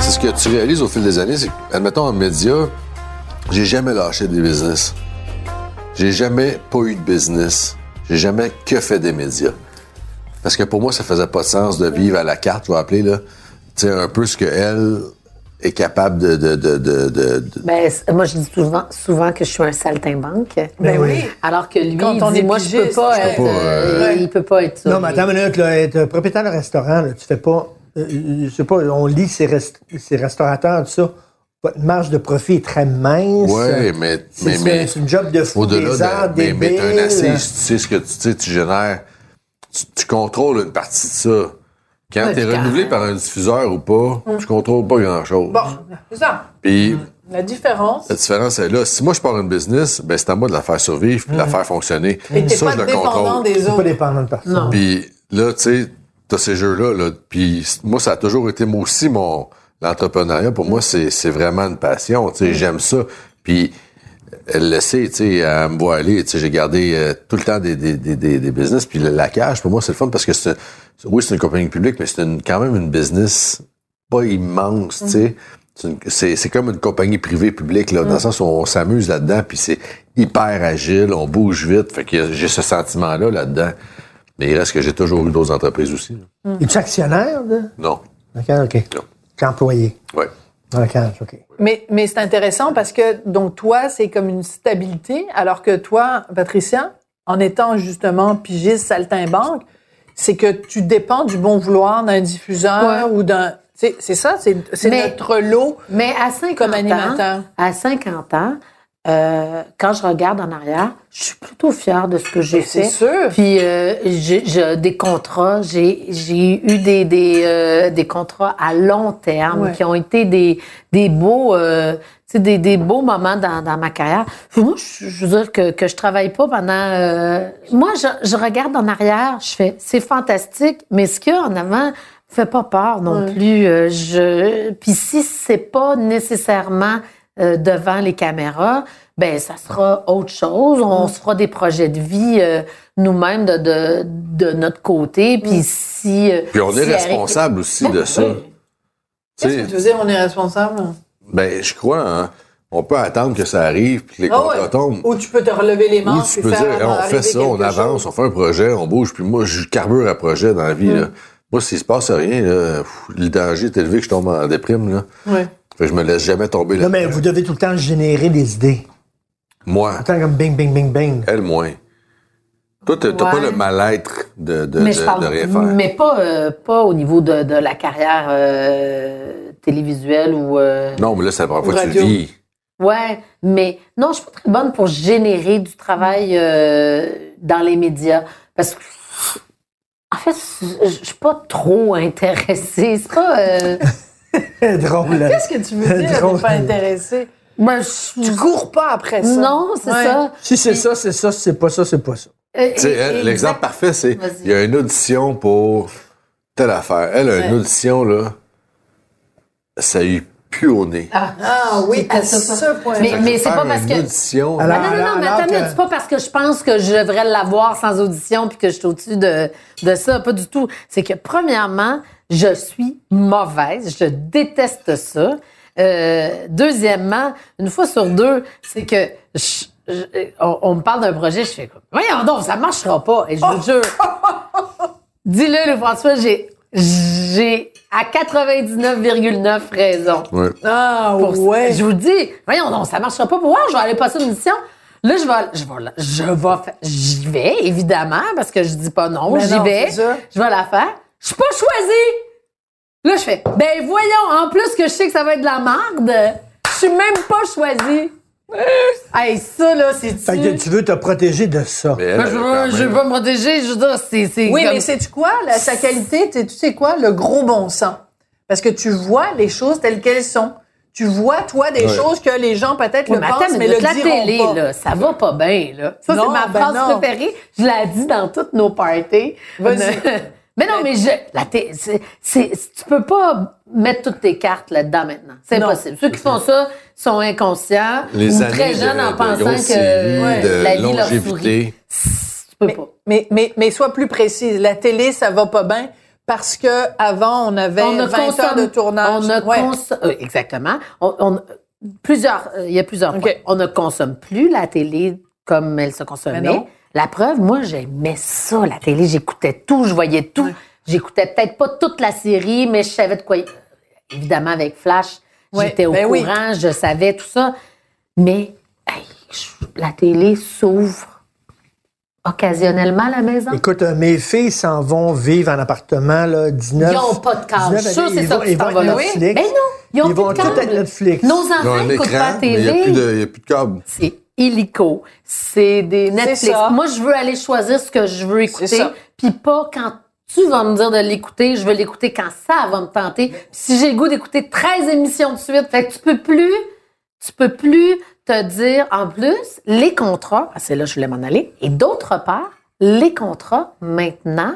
Speaker 5: C'est ce que tu réalises au fil des années, c'est que, admettons, en média, j'ai jamais lâché des business. J'ai jamais pas eu de business. J'ai jamais que fait des médias. Parce que pour moi, ça faisait pas de sens de vivre à la carte, je vais appeler, là. Tu sais, un peu ce que elle est capable de. de, de, de, de- de-
Speaker 6: Ben, c- moi, je dis souvent, souvent que je suis un saltimbanque.
Speaker 2: Ben oui.
Speaker 6: Alors que lui,
Speaker 2: Quand
Speaker 6: il
Speaker 2: on
Speaker 6: dit,
Speaker 2: est
Speaker 6: moi, je peux
Speaker 2: pigiste,
Speaker 6: pas
Speaker 2: je peux
Speaker 6: être.
Speaker 5: pas,
Speaker 6: euh,
Speaker 2: euh,
Speaker 6: Il peut pas être ça.
Speaker 3: Non, mais attends une minute, là, être propriétaire de restaurant, là, tu fais pas. euh, euh, je sais pas, on lit ces, rest- ces restaurateurs, tout ça. Votre marge de profit est très mince.
Speaker 5: Ouais, mais.
Speaker 3: C'est
Speaker 5: mais,
Speaker 3: c'est-
Speaker 5: mais-
Speaker 3: c'est une job de fou.
Speaker 5: Au-delà
Speaker 3: des heures,
Speaker 5: de. Mais,
Speaker 3: des
Speaker 5: mais t'as une
Speaker 3: billes,
Speaker 5: assise,
Speaker 3: là.
Speaker 5: tu sais ce que tu, tu sais, tu génères. Tu, tu contrôles une partie de ça. Quand
Speaker 6: Ouais,
Speaker 5: t'es
Speaker 6: puis quand-
Speaker 5: renouvelé par un diffuseur ou pas, tu contrôles pas grand-chose.
Speaker 2: Bon, c'est ça.
Speaker 5: Puis
Speaker 2: La différence.
Speaker 5: la différence est là. Si moi je pars une business, ben c'est à moi de la faire survivre puis de la faire fonctionner.
Speaker 2: Et Mm. t'es
Speaker 5: Ça,
Speaker 2: pas
Speaker 5: je le
Speaker 2: dépendant
Speaker 5: contrôle.
Speaker 2: des
Speaker 3: euh, C'est pas
Speaker 2: autres.
Speaker 3: dépendant de personne.
Speaker 6: Non.
Speaker 5: Puis là, tu sais, t'as ces jeux-là. Là, puis c- moi, ça a toujours été moi aussi mon. L'entrepreneuriat, pour
Speaker 2: Mm.
Speaker 5: moi, c'est c'est vraiment une passion. Tu sais, j'aime ça. Puis elle le sait, tu sais, elle me voit aller, tu sais, j'ai gardé euh, tout le temps des, des, des, des, des business, puis le laquage, pour moi, c'est le fun parce que c'est, oui, c'est une compagnie publique, mais c'est une- quand même une business pas immense, tu sais. C'est une- C'est, c'est comme une compagnie privée publique, là, dans
Speaker 2: Mm.
Speaker 5: le sens où on s'amuse là-dedans, puis c'est hyper agile, on bouge vite, fait que j'ai ce sentiment-là là-dedans. Mais il reste que j'ai toujours eu d'autres entreprises aussi. là.
Speaker 3: Es-tu actionnaire? Là?
Speaker 5: Non.
Speaker 3: D'accord, OK.
Speaker 5: Non.
Speaker 3: T'es employé
Speaker 5: Ouais.
Speaker 3: dans la cage, OK.
Speaker 2: Mais, mais c'est intéressant parce que, donc, toi, c'est comme une stabilité, alors que toi, Patricia, en étant justement pigiste saltimbanque, c'est que tu dépends du bon vouloir d'un diffuseur ou d'un. C'est c'est ça, c'est c'est
Speaker 6: Mais-
Speaker 2: notre lot.
Speaker 6: Mais à 50
Speaker 2: Comme
Speaker 6: ans,
Speaker 2: animateur.
Speaker 6: à 50 ans,
Speaker 4: euh, quand je regarde en arrière, je suis plutôt fière de ce que
Speaker 5: Ben,
Speaker 4: j'ai
Speaker 2: Mais c'est
Speaker 4: fait.
Speaker 2: sûr.
Speaker 4: Puis euh, j'ai j'ai des contrats, j'ai j'ai eu des des, euh, des contrats à long terme
Speaker 2: Ouais.
Speaker 4: qui ont été des des beaux euh, tu sais, des, des beaux moments dans, dans ma carrière. Puis moi, je, je veux dire que, que je travaille pas pendant... euh, moi, je, je regarde en arrière, je fais, c'est fantastique, mais ce qu'il y a en avant fait pas peur non plus. Euh, je, puis si c'est pas nécessairement euh, devant les caméras, ben ça sera autre chose. On se fera des projets de vie euh, nous-mêmes de, de, de notre côté.
Speaker 5: Mm.
Speaker 4: Puis si... euh,
Speaker 5: Puis on est
Speaker 4: si-
Speaker 5: responsable aussi de ça. Tu
Speaker 2: Qu'est-ce que
Speaker 5: sais,
Speaker 2: tu veux dire, on est responsable?
Speaker 5: ben, je crois, hein, on peut attendre que ça arrive, puis que les
Speaker 2: Ah
Speaker 5: contrats
Speaker 2: ouais.
Speaker 5: tombent.
Speaker 2: Ou tu peux te relever les
Speaker 5: Ou
Speaker 2: manches
Speaker 5: tu
Speaker 2: puis
Speaker 5: peux
Speaker 2: faire
Speaker 5: dire, hey, on
Speaker 2: arriver
Speaker 5: fait ça, on
Speaker 2: quelque chose. Mm.
Speaker 5: avance, on fait un projet, on bouge, puis moi, je carbure à projet dans la vie. là. Moi, s'il se passe rien, là, pff, le danger est élevé que je tombe en déprime. Là.
Speaker 2: Ouais.
Speaker 5: Fait que je me laisse jamais tomber là.
Speaker 3: Non, mais vous devez tout le temps générer des idées.
Speaker 5: Moi,
Speaker 3: Tout le temps comme bing, bing, bing, bing.
Speaker 5: elle moins. Toi, t'as t'as
Speaker 4: Ouais.
Speaker 5: pas le mal-être de, de,
Speaker 4: mais
Speaker 5: de-
Speaker 4: je parle,
Speaker 5: de rien faire.
Speaker 4: mais pas, euh, pas au niveau de, de la carrière euh, télévisuelle ou... euh,
Speaker 5: Non, mais là, c'est la première fois que tu
Speaker 2: Radio.
Speaker 5: le vis.
Speaker 4: Ouais, mais non, je suis pas très bonne pour générer du travail euh, dans les médias parce que en fait, je je suis pas trop intéressée. C'est pas. euh,
Speaker 3: Drôle.
Speaker 2: Qu'est-ce que tu veux dire, on
Speaker 3: Drôle.
Speaker 2: n'est pas intéressé?
Speaker 4: moi, je-
Speaker 2: Tu cours pas après ça.
Speaker 4: non, c'est
Speaker 2: Ouais.
Speaker 4: ça.
Speaker 3: Si c'est ça, c'est ça, si c'est pas ça, c'est pas ça.
Speaker 4: Euh,
Speaker 5: Tu sais,
Speaker 4: et-
Speaker 5: elle,
Speaker 4: et-
Speaker 5: l'exemple parfait, c'est
Speaker 4: Vas-y.
Speaker 5: il y a une audition pour telle affaire. Elle a une
Speaker 2: Ouais.
Speaker 5: audition, là, ça lui pue au nez.
Speaker 2: Ah oui, à
Speaker 4: ça,
Speaker 2: ce, point.
Speaker 4: Mais,
Speaker 5: Fait que
Speaker 4: mais c'est
Speaker 5: faire
Speaker 4: pas parce
Speaker 5: une
Speaker 4: que.
Speaker 5: audition,
Speaker 3: Alors-
Speaker 4: Ah, non, non, non, mais
Speaker 3: Alors
Speaker 4: attends,
Speaker 3: que-
Speaker 4: mais c'est pas parce que je pense que je devrais l'avoir sans audition puis que je suis au-dessus de, de ça. Pas du tout. C'est que, premièrement, je suis mauvaise. Je déteste ça. Euh, deuxièmement, une fois sur deux, c'est que je- je- on, on me parle d'un projet, je fais quoi? Voyons donc, ça marchera pas. Et je vous jure. Dis-le, le François, j'ai, j'ai à 99,9 raison.
Speaker 5: Ouais.
Speaker 2: Ah
Speaker 4: Pour-
Speaker 2: ouais.
Speaker 4: Je vous le dis, voyons, non, ça marchera pas. Pourquoi je vais aller passer une mission? Là, je vais, je vais, la- je vais, fa- j'y vais, évidemment, parce que je dis pas non,
Speaker 2: Mais
Speaker 4: j'y
Speaker 2: Ben non,
Speaker 4: vais,
Speaker 2: c'est ça.
Speaker 4: je vais la faire. Je suis pas choisie! Là, je fais, ben voyons, en plus que je sais que ça va être de la merde, je suis même pas choisie. hey, ça, là, c'est
Speaker 3: Fait que tu veux te protéger de ça.
Speaker 5: Mais elle,
Speaker 4: Moi,
Speaker 5: elle
Speaker 4: je,
Speaker 5: a
Speaker 4: veux,
Speaker 5: quand
Speaker 4: je
Speaker 5: même-
Speaker 4: veux pas me protéger, je veux dire, c'est. c'est
Speaker 2: Oui,
Speaker 4: comme-
Speaker 2: mais sais-tu quoi? La- sa qualité, t'es- tu sais quoi? Le gros bon sens. Parce que tu vois les choses telles qu'elles sont. Tu vois, toi, des
Speaker 5: Ouais.
Speaker 2: choses que les gens peut-être
Speaker 4: Oui,
Speaker 2: le
Speaker 4: mais
Speaker 2: pensent,
Speaker 4: attends,
Speaker 2: mais
Speaker 4: mais
Speaker 2: le
Speaker 4: la
Speaker 2: diront
Speaker 4: télé,
Speaker 2: pas.
Speaker 4: là, ça va pas bien, là. Ça, c'est
Speaker 2: Non,
Speaker 4: ma
Speaker 2: ben
Speaker 4: phrase
Speaker 2: non.
Speaker 4: préférée. Je la dis dans toutes nos parties.
Speaker 2: Vas-y.
Speaker 4: mais non, mais je, la télé, c'est, c'est- tu peux pas mettre toutes tes cartes là-dedans maintenant. C'est
Speaker 2: Non.
Speaker 4: impossible. Ceux qui font ça sont inconscients
Speaker 5: les
Speaker 4: ou
Speaker 5: années
Speaker 4: très
Speaker 5: de-
Speaker 4: jeunes en
Speaker 5: de
Speaker 4: pensant
Speaker 5: grosses
Speaker 4: que
Speaker 5: séries,
Speaker 4: ouais,
Speaker 5: de
Speaker 4: la vie leur sourit.
Speaker 5: longévité.
Speaker 4: Tu peux pas.
Speaker 2: Mais, mais, mais sois plus précise. La télé, ça va pas bien parce que avant on avait
Speaker 4: On ne
Speaker 2: 20 heures
Speaker 4: consomme-
Speaker 2: de tournage.
Speaker 4: On ne
Speaker 2: Ouais.
Speaker 4: consomme- euh, exactement. On, on- plusieurs, euh, il y a plusieurs.
Speaker 2: OK.
Speaker 4: points. On ne consomme plus la télé comme elle se consommait.
Speaker 2: Mais non.
Speaker 4: La preuve, moi, j'aimais ça, la télé. J'écoutais tout, je voyais tout. J'écoutais peut-être pas toute la série, mais je savais de quoi. il- Évidemment, avec Flash,
Speaker 2: Ouais,
Speaker 4: j'étais au
Speaker 2: ben oui.
Speaker 4: courant, je savais tout ça. Mais hey, je- la télé s'ouvre occasionnellement à la maison.
Speaker 3: Écoute, euh, mes filles s'en vont vivre en appartement, là, 19.
Speaker 4: Ils n'ont pas de câble.
Speaker 3: 19,
Speaker 4: Je suis sûre que
Speaker 3: ils
Speaker 4: c'est ça
Speaker 3: vont-
Speaker 4: que tu
Speaker 3: ils
Speaker 4: t'en
Speaker 3: vont
Speaker 4: vas
Speaker 3: être
Speaker 4: là.
Speaker 3: Netflix.
Speaker 4: Ben non, ils ont
Speaker 3: Ils vont
Speaker 4: plus de
Speaker 3: tout
Speaker 4: câble.
Speaker 3: être Netflix.
Speaker 4: Nos
Speaker 5: Ils ont
Speaker 4: enfants
Speaker 5: un
Speaker 4: n'écoutent pas
Speaker 5: écran,
Speaker 4: la
Speaker 5: mais il n'y a, plus
Speaker 4: TV.
Speaker 5: de- il y a plus de câble.
Speaker 4: C'est illico. C'est des Netflix.
Speaker 2: ça.
Speaker 4: Moi, je veux aller choisir ce que je veux écouter,
Speaker 2: ça.
Speaker 4: puis pas quand tu vas me dire de l'écouter. Je veux l'écouter quand ça va me tenter. Puis si j'ai le goût d'écouter 13 émissions de suite, fait que tu peux plus, tu peux plus te dire. En plus, les contrats, ah, c'est là que je voulais m'en aller. Et d'autre part, les contrats maintenant,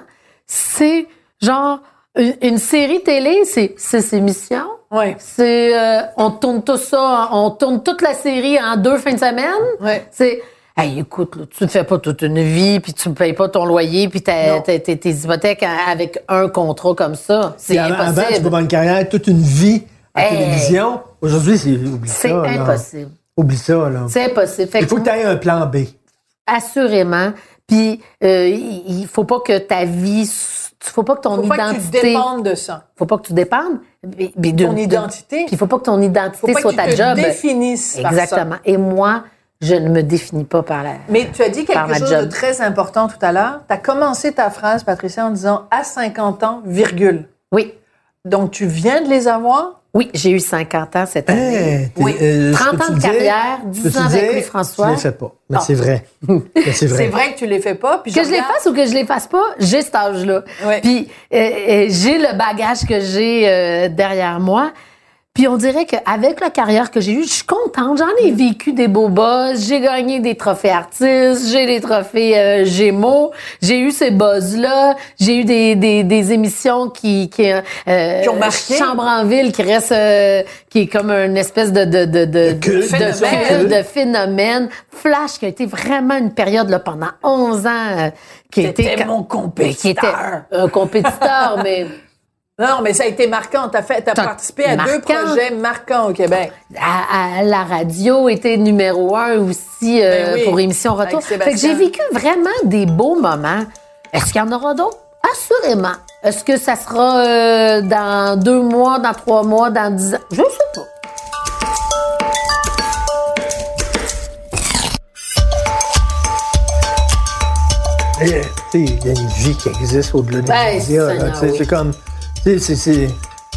Speaker 4: c'est genre une, une série télé, c'est six émissions.
Speaker 2: Ouais,
Speaker 4: C'est euh, on tourne tout ça, on tourne toute la série en deux fins de semaine.
Speaker 2: ouais.
Speaker 4: C'est hey, écoute, là, tu ne fais pas toute une vie, puis tu ne payes pas ton loyer, puis ta-
Speaker 2: Non.
Speaker 4: ta- tes tes hypothèques à- avec un contrat comme ça. C'est
Speaker 3: Puis avant- Avant, tu peux
Speaker 4: impossible.
Speaker 3: avoir une carrière, toute une vie à la
Speaker 4: Hey.
Speaker 3: télévision. Aujourd'hui, c'est oublie ça.
Speaker 4: C'est
Speaker 3: là.
Speaker 4: impossible.
Speaker 3: Oublie ça, là.
Speaker 4: C'est impossible. Fait
Speaker 3: Il faut que tu aies un plan B.
Speaker 4: assurément. Puis euh, il il faut pas que ta vie, s- faut pas que ton
Speaker 2: Faut pas que tu
Speaker 4: identité,
Speaker 2: dépendes de ça.
Speaker 4: faut pas que tu dépendes. mais- mais d'une-
Speaker 2: Ton
Speaker 4: d'une-
Speaker 2: identité.
Speaker 4: Puis faut pas que ton
Speaker 2: Faut
Speaker 4: identité
Speaker 2: pas que
Speaker 4: soit
Speaker 2: tu
Speaker 4: ta
Speaker 2: te
Speaker 4: job.
Speaker 2: définisses par ça.
Speaker 4: Exactement. Et moi, je ne me définis pas par la.
Speaker 2: Mais tu as dit
Speaker 4: Par
Speaker 2: quelque
Speaker 4: ma
Speaker 2: chose
Speaker 4: job.
Speaker 2: de très important tout à l'heure. Tu as commencé ta phrase, Patricia, en disant à 50 ans, virgule.
Speaker 4: Oui,
Speaker 2: Donc, tu viens de les avoir,
Speaker 4: Oui, j'ai eu 50 ans cette année.
Speaker 3: Hey, t'es-
Speaker 4: oui.
Speaker 3: euh, je
Speaker 4: 30
Speaker 3: peux-tu
Speaker 4: ans de
Speaker 3: dire-
Speaker 4: carrière,
Speaker 3: je
Speaker 4: 10
Speaker 3: peux-tu
Speaker 4: ans
Speaker 3: dire,
Speaker 4: avec
Speaker 3: Je
Speaker 4: Louis-François.
Speaker 3: ne les fais pas. Mais
Speaker 4: Ah.
Speaker 3: c'est vrai. Mais c'est
Speaker 2: C'est
Speaker 3: vrai.
Speaker 2: vrai que tu les fais pas. Puis
Speaker 4: Que je les
Speaker 2: regarde-
Speaker 4: fasse ou que je les fasse pas, j'ai cet âge-là.
Speaker 2: Ouais.
Speaker 4: Puis euh, euh, j'ai le bagage que j'ai euh, derrière moi. Puis on dirait qu'avec la carrière que j'ai eue, je suis contente. J'en ai vécu des beaux boss, j'ai gagné des trophées artistes, j'ai des trophées euh, Gémeaux, j'ai eu ces buzz-là, j'ai eu des, des, des émissions qui qui, euh,
Speaker 2: Qui ont marqué.
Speaker 4: Chambre en ville qui reste euh, qui est comme une espèce de de de de,
Speaker 3: culte,
Speaker 4: de-
Speaker 2: disons,
Speaker 4: de-
Speaker 3: culte.
Speaker 4: de phénomène. Flash qui a été vraiment une période là, pendant 11 ans euh, qui était
Speaker 2: T'étais mon compétiteur.
Speaker 4: qui était un compétiteur mais
Speaker 2: Non, mais ça a été marquant. T'as fait, t'as
Speaker 4: T'as-
Speaker 2: participé à deux
Speaker 4: marquant.
Speaker 2: projets marquants au Québec.
Speaker 4: à, à la radio était numéro un aussi euh,
Speaker 2: Ben oui,
Speaker 4: pour émission retour.
Speaker 2: avec
Speaker 4: Fait
Speaker 2: Sébastien.
Speaker 4: que j'ai vécu vraiment des beaux moments. Est-ce qu'il y en aura d'autres? Assurément. Est-ce que ça sera euh, dans deux mois, dans trois mois, dans dix ans? Je sais pas.
Speaker 3: Et, euh, tu sais, Il y a une vie qui existe au-delà des
Speaker 4: Ben,
Speaker 3: médias. là,
Speaker 4: Seigneur,
Speaker 3: tu sais,
Speaker 4: oui.
Speaker 3: C'est comme. tu sais, c'est- c'est-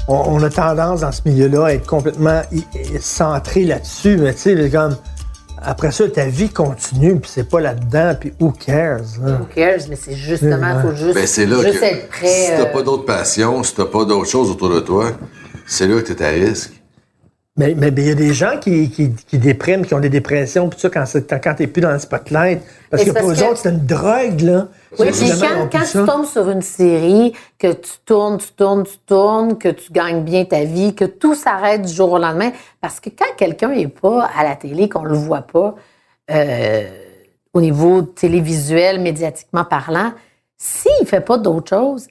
Speaker 3: on, on a tendance dans ce milieu-là à être complètement i- i- centré là-dessus, mais tu sais, c'est comme. Après ça, ta vie continue, puis c'est pas là-dedans, puis who cares? hein? là?
Speaker 4: Who cares? Mais c'est justement, il faut juste,
Speaker 5: Ben, c'est là
Speaker 4: juste
Speaker 5: que
Speaker 4: être prêt.
Speaker 5: si t'as
Speaker 4: euh,
Speaker 5: pas d'autres passions, si t'as pas d'autres choses autour de toi, c'est là que t'es à risque.
Speaker 3: Mais mais- mais il y a des gens qui, qui, qui dépriment, qui ont des dépressions, puis ça, quand, c'est- quand t'es plus dans le spotlight. Parce
Speaker 4: Mais
Speaker 3: que
Speaker 4: c'est
Speaker 3: pour
Speaker 4: parce
Speaker 3: eux
Speaker 4: que-
Speaker 3: autres, c'est une drogue, là.
Speaker 4: Oui,
Speaker 3: Évidemment,
Speaker 4: puis
Speaker 3: ils ont
Speaker 4: quand,
Speaker 3: plus
Speaker 4: quand
Speaker 3: ça.
Speaker 4: tu tombes sur une série, que tu tournes, tu tournes, tu tournes, que tu gagnes bien ta vie, que tout s'arrête du jour au lendemain, parce que quand quelqu'un n'est pas à la télé, qu'on le voit pas, euh, au niveau télévisuel, médiatiquement parlant, s'il fait pas d'autre chose,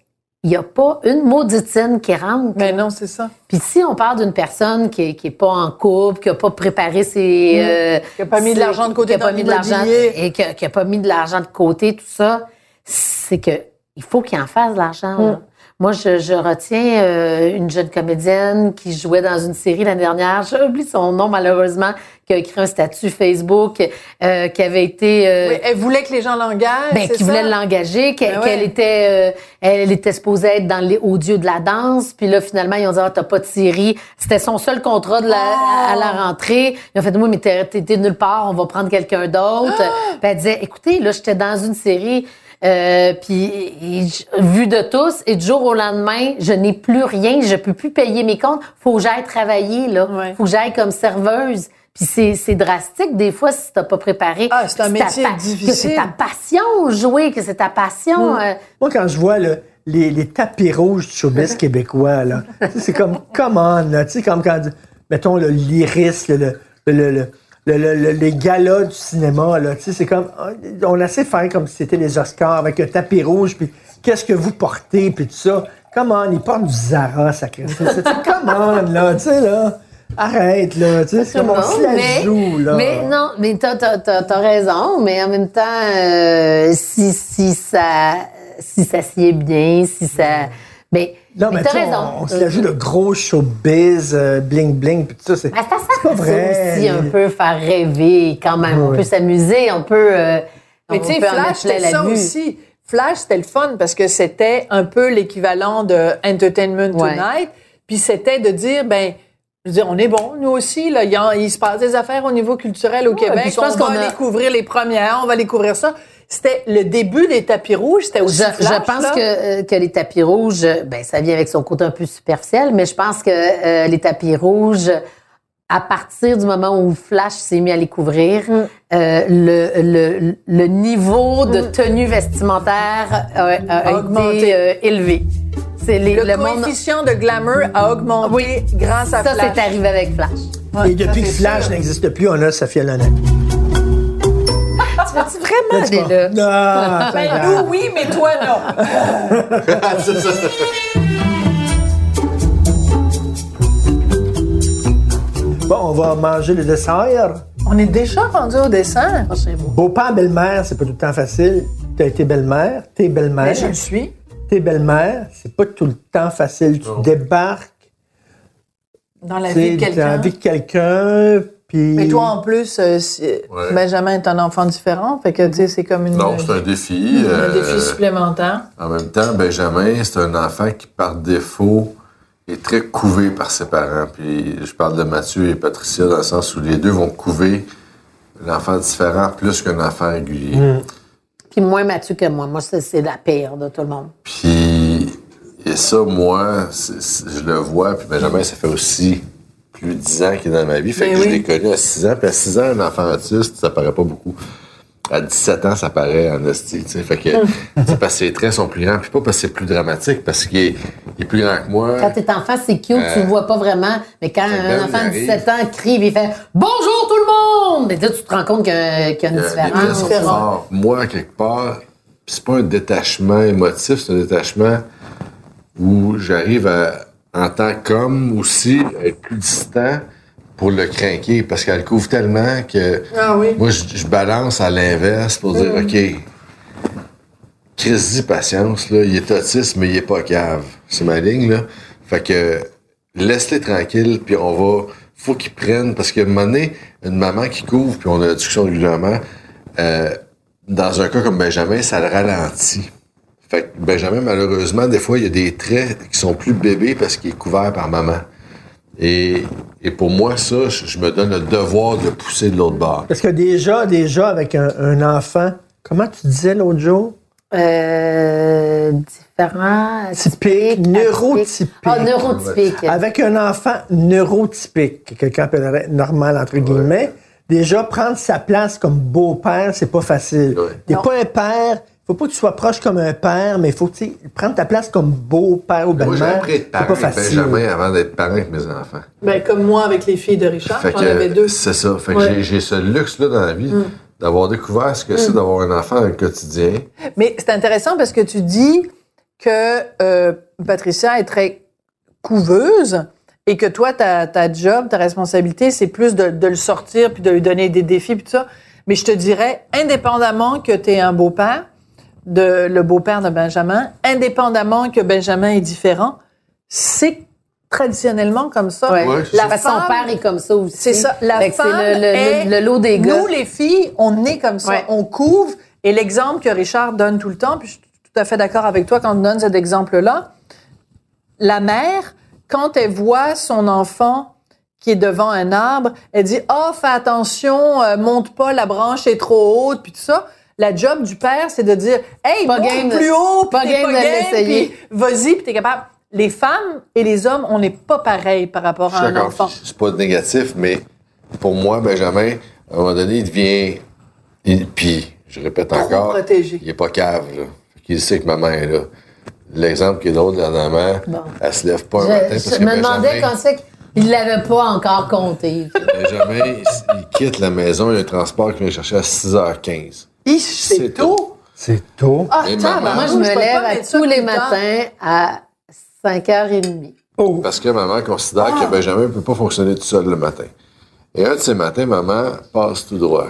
Speaker 4: il n'y a pas une mauditine qui rentre.
Speaker 2: Mais non, c'est ça.
Speaker 4: Puis si on parle d'une personne qui n'est qui est pas en couple, qui n'a pas préparé ses... euh,
Speaker 2: Qui a pas mis de
Speaker 4: ses-
Speaker 2: l'argent de côté
Speaker 4: qui a pas
Speaker 2: dans
Speaker 4: mis de l'argent-
Speaker 2: l'immobilier.
Speaker 4: Et euh, qui n'a pas mis de l'argent de côté, tout ça, c'est que il faut qu'il en fasse de l'argent.
Speaker 2: Mm.
Speaker 4: là. Moi, je, je retiens euh, une jeune comédienne qui jouait dans une série l'année dernière. J'ai oublié son nom, malheureusement, qui a écrit un statut Facebook, euh, qui avait été... euh,
Speaker 2: Oui, elle voulait que les gens l'engagent.
Speaker 4: ben,
Speaker 2: c'est ça?
Speaker 4: qui voulait l'engager, qu'elle
Speaker 2: Ben
Speaker 4: qu'elle
Speaker 2: ouais.
Speaker 4: était, euh, elle était supposée être dans les hauts dieux de la danse, puis là finalement ils ont dit ah t'as pas de série, c'était son seul contrat de la,
Speaker 2: Ah!
Speaker 4: à- à la rentrée. Ils ont fait moi mais t'es t'es- t'es nulle part, on va prendre quelqu'un d'autre.
Speaker 2: Ah!
Speaker 4: Puis elle disait écoutez là j'étais dans une série. euh, puis et j- vu de tous et du jour au lendemain je n'ai plus rien je peux plus payer mes comptes faut que j'aille travailler là
Speaker 2: Ouais.
Speaker 4: faut que j'aille comme serveuse puis c'est c'est drastique des fois si t'as pas préparé
Speaker 2: Ah, c'est un
Speaker 4: que ta
Speaker 2: métier
Speaker 4: pa- que
Speaker 2: difficile. Mm.
Speaker 4: c'est ta passion jouer, que c'est ta passion. euh,
Speaker 3: Moi, quand je vois là, les, les tapis rouges du showbiz québécois, là, tu sais, c'est comme, come on, là, tu sais, comme quand, mettons, le l'iris, le, le, le- le- le- le- le- les galas du cinéma, là, tu sais, c'est comme, ah, on essaie de faire comme si c'était les Oscars avec le tapis rouge, puis qu'est-ce que vous portez, puis tout ça. Come on, ils portent du Zara, sacré. C'est- c'est- Come on, là, tu sais, là. Arrête, là, tu sais, c'est comme on se la
Speaker 4: mais,
Speaker 3: joue, là.
Speaker 4: mais non, mais t'as, t'as- t'as- t'as raison, mais en même temps, euh, si, si ça si ça s'y est bien, si ça. ben, Mais,
Speaker 3: Non, mais
Speaker 4: mais t'as
Speaker 3: tu sais,
Speaker 4: raison.
Speaker 3: on, on se la joue le gros showbiz, euh, bling bling, puis tout ça. C'est
Speaker 2: Ben,
Speaker 4: Mais ça,
Speaker 3: c'est pas
Speaker 4: ça
Speaker 3: vrai.
Speaker 4: peut aussi un peu faire rêver quand même. On
Speaker 3: Ouais.
Speaker 4: peut s'amuser, on peut. euh,
Speaker 2: Mais
Speaker 4: on
Speaker 2: tu sais,
Speaker 4: peut en
Speaker 2: Flash,
Speaker 4: appeler à
Speaker 2: c'était
Speaker 4: la
Speaker 2: ça
Speaker 4: vue.
Speaker 2: aussi. Flash, c'était le fun parce que c'était un peu l'équivalent de Entertainment
Speaker 4: Ouais.
Speaker 2: Tonight. Puis c'était de dire, ben, je veux dire, on est bon, nous aussi. Là, il, y a- il se passe des affaires au niveau culturel au
Speaker 4: puis
Speaker 2: Québec.
Speaker 4: je
Speaker 2: On
Speaker 4: pense
Speaker 2: va
Speaker 4: qu'on a-
Speaker 2: aller couvrir les premières, on va aller couvrir ça. C'était le début des tapis rouges. C'était aussi
Speaker 4: Je,
Speaker 2: Flash,
Speaker 4: je pense
Speaker 2: là.
Speaker 4: que, euh, que les tapis rouges, euh, ben, ça vient avec son côté un peu superficiel, mais je pense que euh, les tapis rouges, à partir du moment où Flash s'est mis à les couvrir,
Speaker 2: Mm.
Speaker 4: euh, le, le, le niveau de tenue vestimentaire a, a- a
Speaker 2: Mm. Augmenté.
Speaker 4: été euh, élevé. C'est les-
Speaker 2: Le,
Speaker 4: le monde.
Speaker 2: coefficient de glamour a augmenté grâce à
Speaker 4: Ça,
Speaker 2: Flash.
Speaker 4: c'est arrivé avec Flash.
Speaker 2: Ouais,
Speaker 3: Et
Speaker 2: ça,
Speaker 3: depuis que
Speaker 2: c'est
Speaker 3: Flash
Speaker 2: sûr.
Speaker 3: n'existe plus, on a Safia Lanet.
Speaker 4: tu vraiment
Speaker 3: N'est-ce pas? Non,
Speaker 2: Ben,
Speaker 3: ça va.
Speaker 2: nous, oui, mais toi, non.
Speaker 5: Ah, C'est ça.
Speaker 3: Bon, on va manger le dessert.
Speaker 2: On est déjà rendu au dessin.
Speaker 4: Ah,
Speaker 3: Beau-père, belle-mère, c'est pas tout le temps facile. T'as été belle-mère, t'es belle-mère,
Speaker 2: Ben, je le suis.
Speaker 3: t'es belle-mère, c'est pas tout le temps facile. Tu débarques,
Speaker 2: Dans la
Speaker 3: tu
Speaker 2: vie
Speaker 3: sais,
Speaker 2: de
Speaker 3: dans
Speaker 2: quelqu'un.
Speaker 3: la vie de quelqu'un, puis...
Speaker 2: Mais toi, en plus, euh, si-
Speaker 5: Ouais.
Speaker 2: Benjamin est un enfant différent, fait que, tu sais, c'est comme une,
Speaker 5: Non, c'est un défi.
Speaker 2: un
Speaker 5: euh,
Speaker 2: défi supplémentaire.
Speaker 5: En même temps, Benjamin, c'est un enfant qui, par défaut, est très couvé par ses parents. Puis je parle de Mathieu et Patricia dans le sens où les deux vont couver l'enfant différent plus qu'un enfant régulier.
Speaker 6: Puis moins Mathieu que moi. Moi, c'est c'est la pire de tout le monde.
Speaker 5: Puis, et ça, moi, c'est- c'est- je le vois, puis Benjamin, ça fait aussi plus de 10 ans qu'il est dans ma vie. Fait que je l'ai connu à 6 ans. Puis à 6 ans, un enfant autiste, ça paraît pas beaucoup. À 17 ans, ça paraît en hostie, tu sais. Fait que c'est parce que ses traits sont plus grands, puis pas parce que c'est plus dramatique, parce qu'il est, il est plus grand que moi.
Speaker 6: Quand t'es enfant, c'est cute, tu le vois pas vraiment. Mais quand
Speaker 5: c'est
Speaker 6: un
Speaker 5: belle,
Speaker 6: enfant de
Speaker 5: il
Speaker 6: 17 ans crie et fait Bonjour tout le monde! Mais là, tu te rends compte qu'il y a qu'il y a une
Speaker 5: Euh, les traits
Speaker 6: différence. Ah,
Speaker 5: sont forts. Moi, quelque part, pis c'est pas un détachement émotif, c'est un détachement où j'arrive à, en tant qu'homme aussi, à être plus distant pour le craquer parce qu'elle couvre tellement que
Speaker 2: Ah oui.
Speaker 5: moi, je, je balance à l'inverse pour dire, OK, crise patience, là, il est autiste, mais il est pas cave. C'est ma ligne, là. Fait que, laisse-les tranquilles, puis on va... Faut qu'ils prennent, parce qu'à un moment donné, une maman qui couvre, puis on a la discussion régulièrement, euh, dans un cas comme Benjamin, ça le ralentit. Fait que Benjamin, malheureusement, des fois, il y a des traits qui sont plus bébés parce qu'il est couvert par maman. Et, et pour moi, ça, je, je me donne le devoir de le pousser de l'autre bord.
Speaker 3: Parce que déjà, déjà, avec un, un enfant, comment tu disais l'autre jour?
Speaker 6: Euh, différents.
Speaker 3: Typique,
Speaker 6: atypiques,
Speaker 3: neurotypique.
Speaker 6: Ah, neurotypique.
Speaker 3: Avec un enfant neurotypique, que quelqu'un appellerait normal, entre guillemets, déjà, prendre sa place comme beau-père, c'est pas facile.
Speaker 5: Ouais.
Speaker 3: T'es pas un père, faut pas que tu sois proche comme un père, mais faut, tu sais, prendre ta place comme beau-père ou
Speaker 5: Moi, j'ai
Speaker 3: belle-mère,
Speaker 5: appris
Speaker 3: c'est
Speaker 5: à être parent
Speaker 3: pas
Speaker 5: avec
Speaker 3: facile.
Speaker 5: Benjamin avant d'être parent avec mes enfants.
Speaker 2: Ben, comme moi avec les filles de Richard,
Speaker 5: Fait
Speaker 2: j'en avais
Speaker 5: que
Speaker 2: deux.
Speaker 5: c'est ça. Fait que
Speaker 2: Ouais. Mm.
Speaker 5: j'ai- j'ai ce luxe-là dans la vie d'avoir découvert ce que c'est d'avoir un enfant dans le quotidien.
Speaker 2: Mais c'est intéressant parce que tu dis que euh, Patricia est très couveuse et que toi, ta, ta job, ta responsabilité, c'est plus de, de le sortir puis de lui donner des défis puis tout ça. Mais je te dirais, indépendamment que tu es un beau-père, de le beau-père de Benjamin, indépendamment que Benjamin est différent, c'est traditionnellement comme ça.
Speaker 6: Ouais.
Speaker 5: Ouais, c'est
Speaker 2: La
Speaker 6: Parce que son
Speaker 2: femme-
Speaker 6: père est comme ça aussi.
Speaker 2: C'est ça. La
Speaker 6: Fait que c'est
Speaker 2: femme
Speaker 6: le, le-
Speaker 2: est-
Speaker 6: le- le lot des gars.
Speaker 2: Nous, les filles, on est comme ça.
Speaker 6: Ouais.
Speaker 2: On couvre. Et l'exemple que Richard donne tout le temps, puis je suis tout à fait d'accord avec toi quand on donne cet exemple-là, la mère, quand elle voit son enfant qui est devant un arbre, elle dit « Ah, fais attention, euh, monte pas, la branche est trop haute, puis tout ça. » La job du père, c'est de dire « Hey,
Speaker 6: Pas
Speaker 2: monte
Speaker 6: game de-
Speaker 2: plus haut,
Speaker 6: pas
Speaker 2: puis t'es
Speaker 6: game
Speaker 2: pas
Speaker 6: de
Speaker 2: game,
Speaker 6: l'essayer.
Speaker 2: puis vas-y, puis t'es capable. » Les femmes et les hommes, on n'est pas pareil par rapport
Speaker 5: Je
Speaker 2: à
Speaker 5: suis
Speaker 2: un
Speaker 5: d'accord.
Speaker 2: enfant.
Speaker 5: C'est pas négatif, mais pour moi, Benjamin, à un moment donné, il devient. il- puis, je répète encore.
Speaker 2: protégé.
Speaker 5: Il est pas cave, là. Il sait que maman est là. L'exemple qui est drôle dernièrement, elle se lève pas un matin
Speaker 6: Euh, Je,
Speaker 5: parce
Speaker 6: je
Speaker 5: que
Speaker 6: me demandais
Speaker 5: Benjamin,
Speaker 6: quand c'est qu'il l'avait pas encore compté.
Speaker 5: Ah, Benjamin, il, s- il quitte la maison, il y a un transport qui vient le chercher à 6h15.
Speaker 2: Hi, C'est
Speaker 5: C'est
Speaker 2: tôt!
Speaker 3: C'est tôt.
Speaker 2: Ah,
Speaker 5: Mais
Speaker 2: tabarnouche,
Speaker 5: maman-
Speaker 6: Moi, je me
Speaker 2: peux pas
Speaker 6: lève à
Speaker 2: mettre ça
Speaker 6: tous les
Speaker 2: plus tard.
Speaker 6: matins à 5h30.
Speaker 3: Oh.
Speaker 5: Parce que maman considère
Speaker 6: Ah.
Speaker 5: que Benjamin ne peut pas fonctionner tout seul le matin. Et un de ces matins, maman passe tout droit.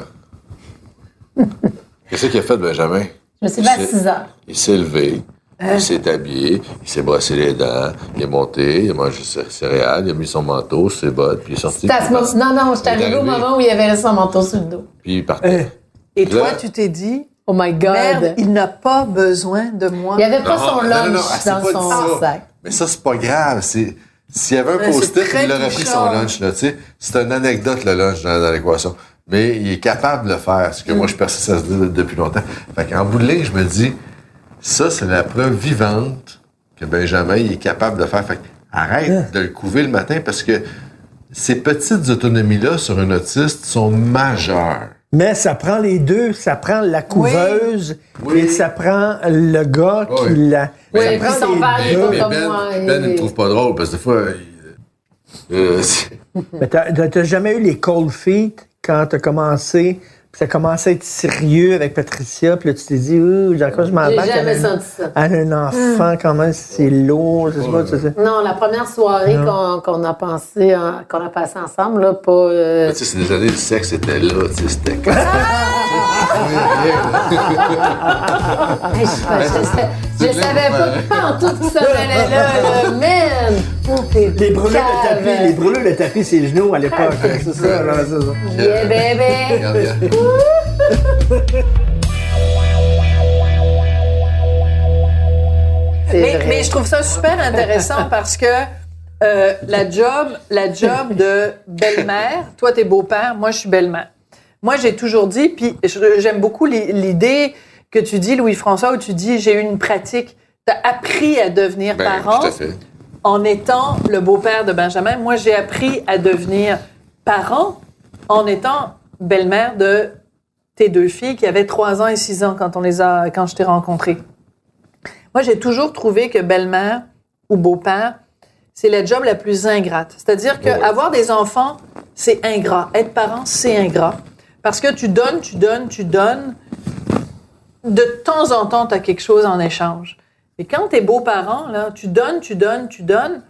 Speaker 5: Qu'est-ce qu'il a fait, Benjamin?
Speaker 6: Je me suis levée à
Speaker 5: C'est-
Speaker 6: 6 h
Speaker 5: Il s'est levé,
Speaker 6: Euh.
Speaker 5: il s'est habillé, il s'est brossé les dents, il est monté, il a mangé ses céréales, il a mis son manteau, ses bottes, puis il est sorti.
Speaker 6: T'as ce
Speaker 5: puis,
Speaker 6: moment- Non, non, je suis
Speaker 5: Il est
Speaker 6: arrivée au
Speaker 5: arrivé.
Speaker 6: moment où il avait son manteau sur le dos.
Speaker 5: puis il
Speaker 6: Euh.
Speaker 5: partait.
Speaker 2: Et toi,
Speaker 5: Là-
Speaker 2: tu t'es dit,
Speaker 6: Oh my God.
Speaker 2: merde, il n'a pas besoin de moi.
Speaker 6: Il avait
Speaker 5: Ah,
Speaker 6: pas
Speaker 5: Non,
Speaker 6: son
Speaker 5: non,
Speaker 6: lunch
Speaker 5: non, non, elle s'est
Speaker 6: dans
Speaker 5: pas
Speaker 6: son
Speaker 5: dit ça.
Speaker 6: sac.
Speaker 5: Mais ça, c'est pas grave. C'est... S'il y avait
Speaker 2: Ouais,
Speaker 5: un
Speaker 2: c'est
Speaker 5: post-it,
Speaker 2: très
Speaker 5: il aurait pris son
Speaker 2: touchant.
Speaker 5: lunch. Là, tu sais. c'est une anecdote, le lunch, dans, dans l'équation. Mais il est capable de le faire, ce que
Speaker 6: Mm.
Speaker 5: moi, je persiste à se dire depuis longtemps. Fait qu'en bout de ligne, je me dis, ça, c'est la preuve vivante que Benjamin il est capable de faire. Fait que arrête
Speaker 6: Ah.
Speaker 5: de le couver le matin parce que ces petites autonomies-là sur un autiste sont majeures.
Speaker 3: Mais ça prend les deux, ça prend la couveuse et ça prend le gars qui
Speaker 5: Oui.
Speaker 3: la.
Speaker 5: Oui,
Speaker 3: ça
Speaker 5: puis
Speaker 3: prend
Speaker 6: son
Speaker 3: les
Speaker 6: verre, Ah, il est
Speaker 3: deux.
Speaker 6: pas
Speaker 5: Mais
Speaker 6: comme
Speaker 5: Ben,
Speaker 6: moi,
Speaker 5: Ben,
Speaker 6: il-
Speaker 5: il me trouve pas drôle parce que des fois, il- euh, c'est-
Speaker 3: Mais t'as t'as- t'as jamais eu les cold feet quand t'as commencé, puis t'as commencé à être sérieux avec Patricia, puis là tu t'es dit, ouh, d'accord, je m'en
Speaker 6: J'ai
Speaker 3: bats qu'elle
Speaker 6: jamais
Speaker 3: a un-
Speaker 6: senti ça.
Speaker 3: Elle a un enfant, quand même, c'est lourd, je sais pas, tu sais.
Speaker 6: Non, la première soirée qu'on qu'on a pensé, hein, qu'on a passé ensemble, là, pas. euh,
Speaker 5: Mais tu sais, c'est des années du sexe, c'était là, tu sais, c'était comme-
Speaker 6: hey, je, je- je- je
Speaker 5: C'est
Speaker 6: savais pas,
Speaker 5: clair.
Speaker 6: pas en tout que ça allait là, là, man! Oh, t'es
Speaker 3: Les brûlures de
Speaker 6: cave.
Speaker 3: tapis, les brûlures de tapis, c'est genoux à l'époque, c'est ça, non, c'est ça.
Speaker 6: Yeah, baby!
Speaker 5: Regarde, regarde.
Speaker 6: C'est
Speaker 2: Mais,
Speaker 6: vrai.
Speaker 2: mais je trouve ça super intéressant parce que euh, la job, la job de belle-mère. Toi, t'es beau-père. Moi, je suis belle-mère. Moi, j'ai toujours dit, puis je- j'aime beaucoup l'i- l'idée que tu dis, Louis-François, où tu dis, j'ai eu une pratique. T'as appris à devenir
Speaker 5: Ben,
Speaker 2: parent
Speaker 5: tout à fait.
Speaker 2: en étant le beau-père de Benjamin. Moi, j'ai appris à devenir parent en étant belle-mère de tes deux filles qui avaient 3 ans et 6 ans quand on les a quand je t'ai rencontrée. Moi, j'ai toujours trouvé que belle-mère ou beau-père, c'est la job la plus ingrate. C'est-à-dire que
Speaker 5: Ouais.
Speaker 2: avoir des enfants, c'est ingrat. Être parent, c'est ingrat parce que tu donnes, tu donnes, tu donnes. De temps en temps, tu as quelque chose en échange. Mais quand t'es beaux-parents, là, tu donnes, tu donnes, tu donnes,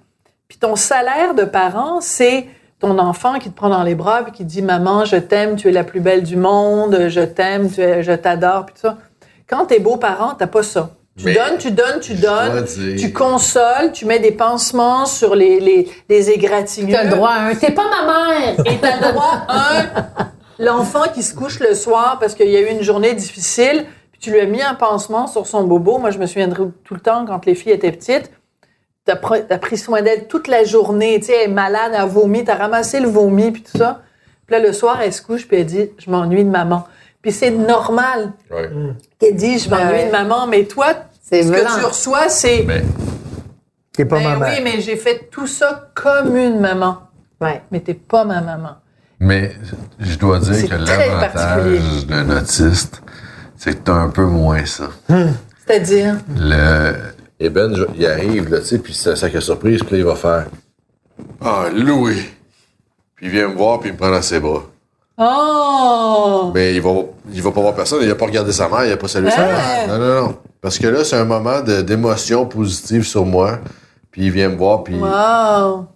Speaker 2: puis ton salaire de parent, c'est ton enfant qui te prend dans les bras puis qui te dit maman, je t'aime, tu es la plus belle du monde, je t'aime, tu es- je t'adore puis tout ça. Quand t'es beaux-parents, t'as pas ça. Tu
Speaker 5: Mais-
Speaker 2: donnes, tu donnes, tu
Speaker 5: Je dois
Speaker 2: donnes,
Speaker 5: dire-
Speaker 2: tu consoles, tu mets des pansements sur les les, les égratignures.
Speaker 6: T'as le droit à un. T'es pas ma mère!
Speaker 2: Et t'as le droit, un, l'enfant qui se couche le soir parce qu'il y a eu une journée difficile, puis tu lui as mis un pansement sur son bobo. Moi, je me souviendrai tout le temps quand les filles étaient petites. T'as pr- t'as pris soin d'elle toute la journée. Tu sais, elle est malade, elle vomit, t'as ramassé le vomi, puis tout ça. Puis là, le soir, elle se couche, puis elle dit Je m'ennuie de maman. Puis c'est normal
Speaker 5: Ouais.
Speaker 2: qu'elle dise Je m'ennuie
Speaker 6: Ouais.
Speaker 2: de maman, mais toi,
Speaker 6: C'est
Speaker 2: ce
Speaker 6: violent.
Speaker 2: que tu reçois, c'est
Speaker 5: Mais
Speaker 3: T'es pas
Speaker 2: Ben
Speaker 3: maman.
Speaker 2: oui, mais j'ai fait tout ça comme une maman.
Speaker 6: Ouais.
Speaker 2: Mais t'es pas ma maman.
Speaker 5: Mais je dois
Speaker 2: C'est
Speaker 5: dire que
Speaker 2: très particulier.
Speaker 5: l'avantage d'un autiste, c'est que t'as un peu moins ça.
Speaker 2: C'est-à-dire
Speaker 5: Le... Et Ben, je- il arrive, là, tu sais, puis c'est un sac à surprise, puis là, il va faire Ah, Louis! Puis il vient me voir, puis il me prend dans ses bras.
Speaker 2: Oh!
Speaker 5: Mais il va, il va pas voir personne, il a pas regardé sa mère, il a pas salué sa
Speaker 2: Ah!
Speaker 5: mère. Non, non, non. Parce que là, c'est un moment de- d'émotion positive sur moi, puis il vient me voir, puis.
Speaker 2: Wow!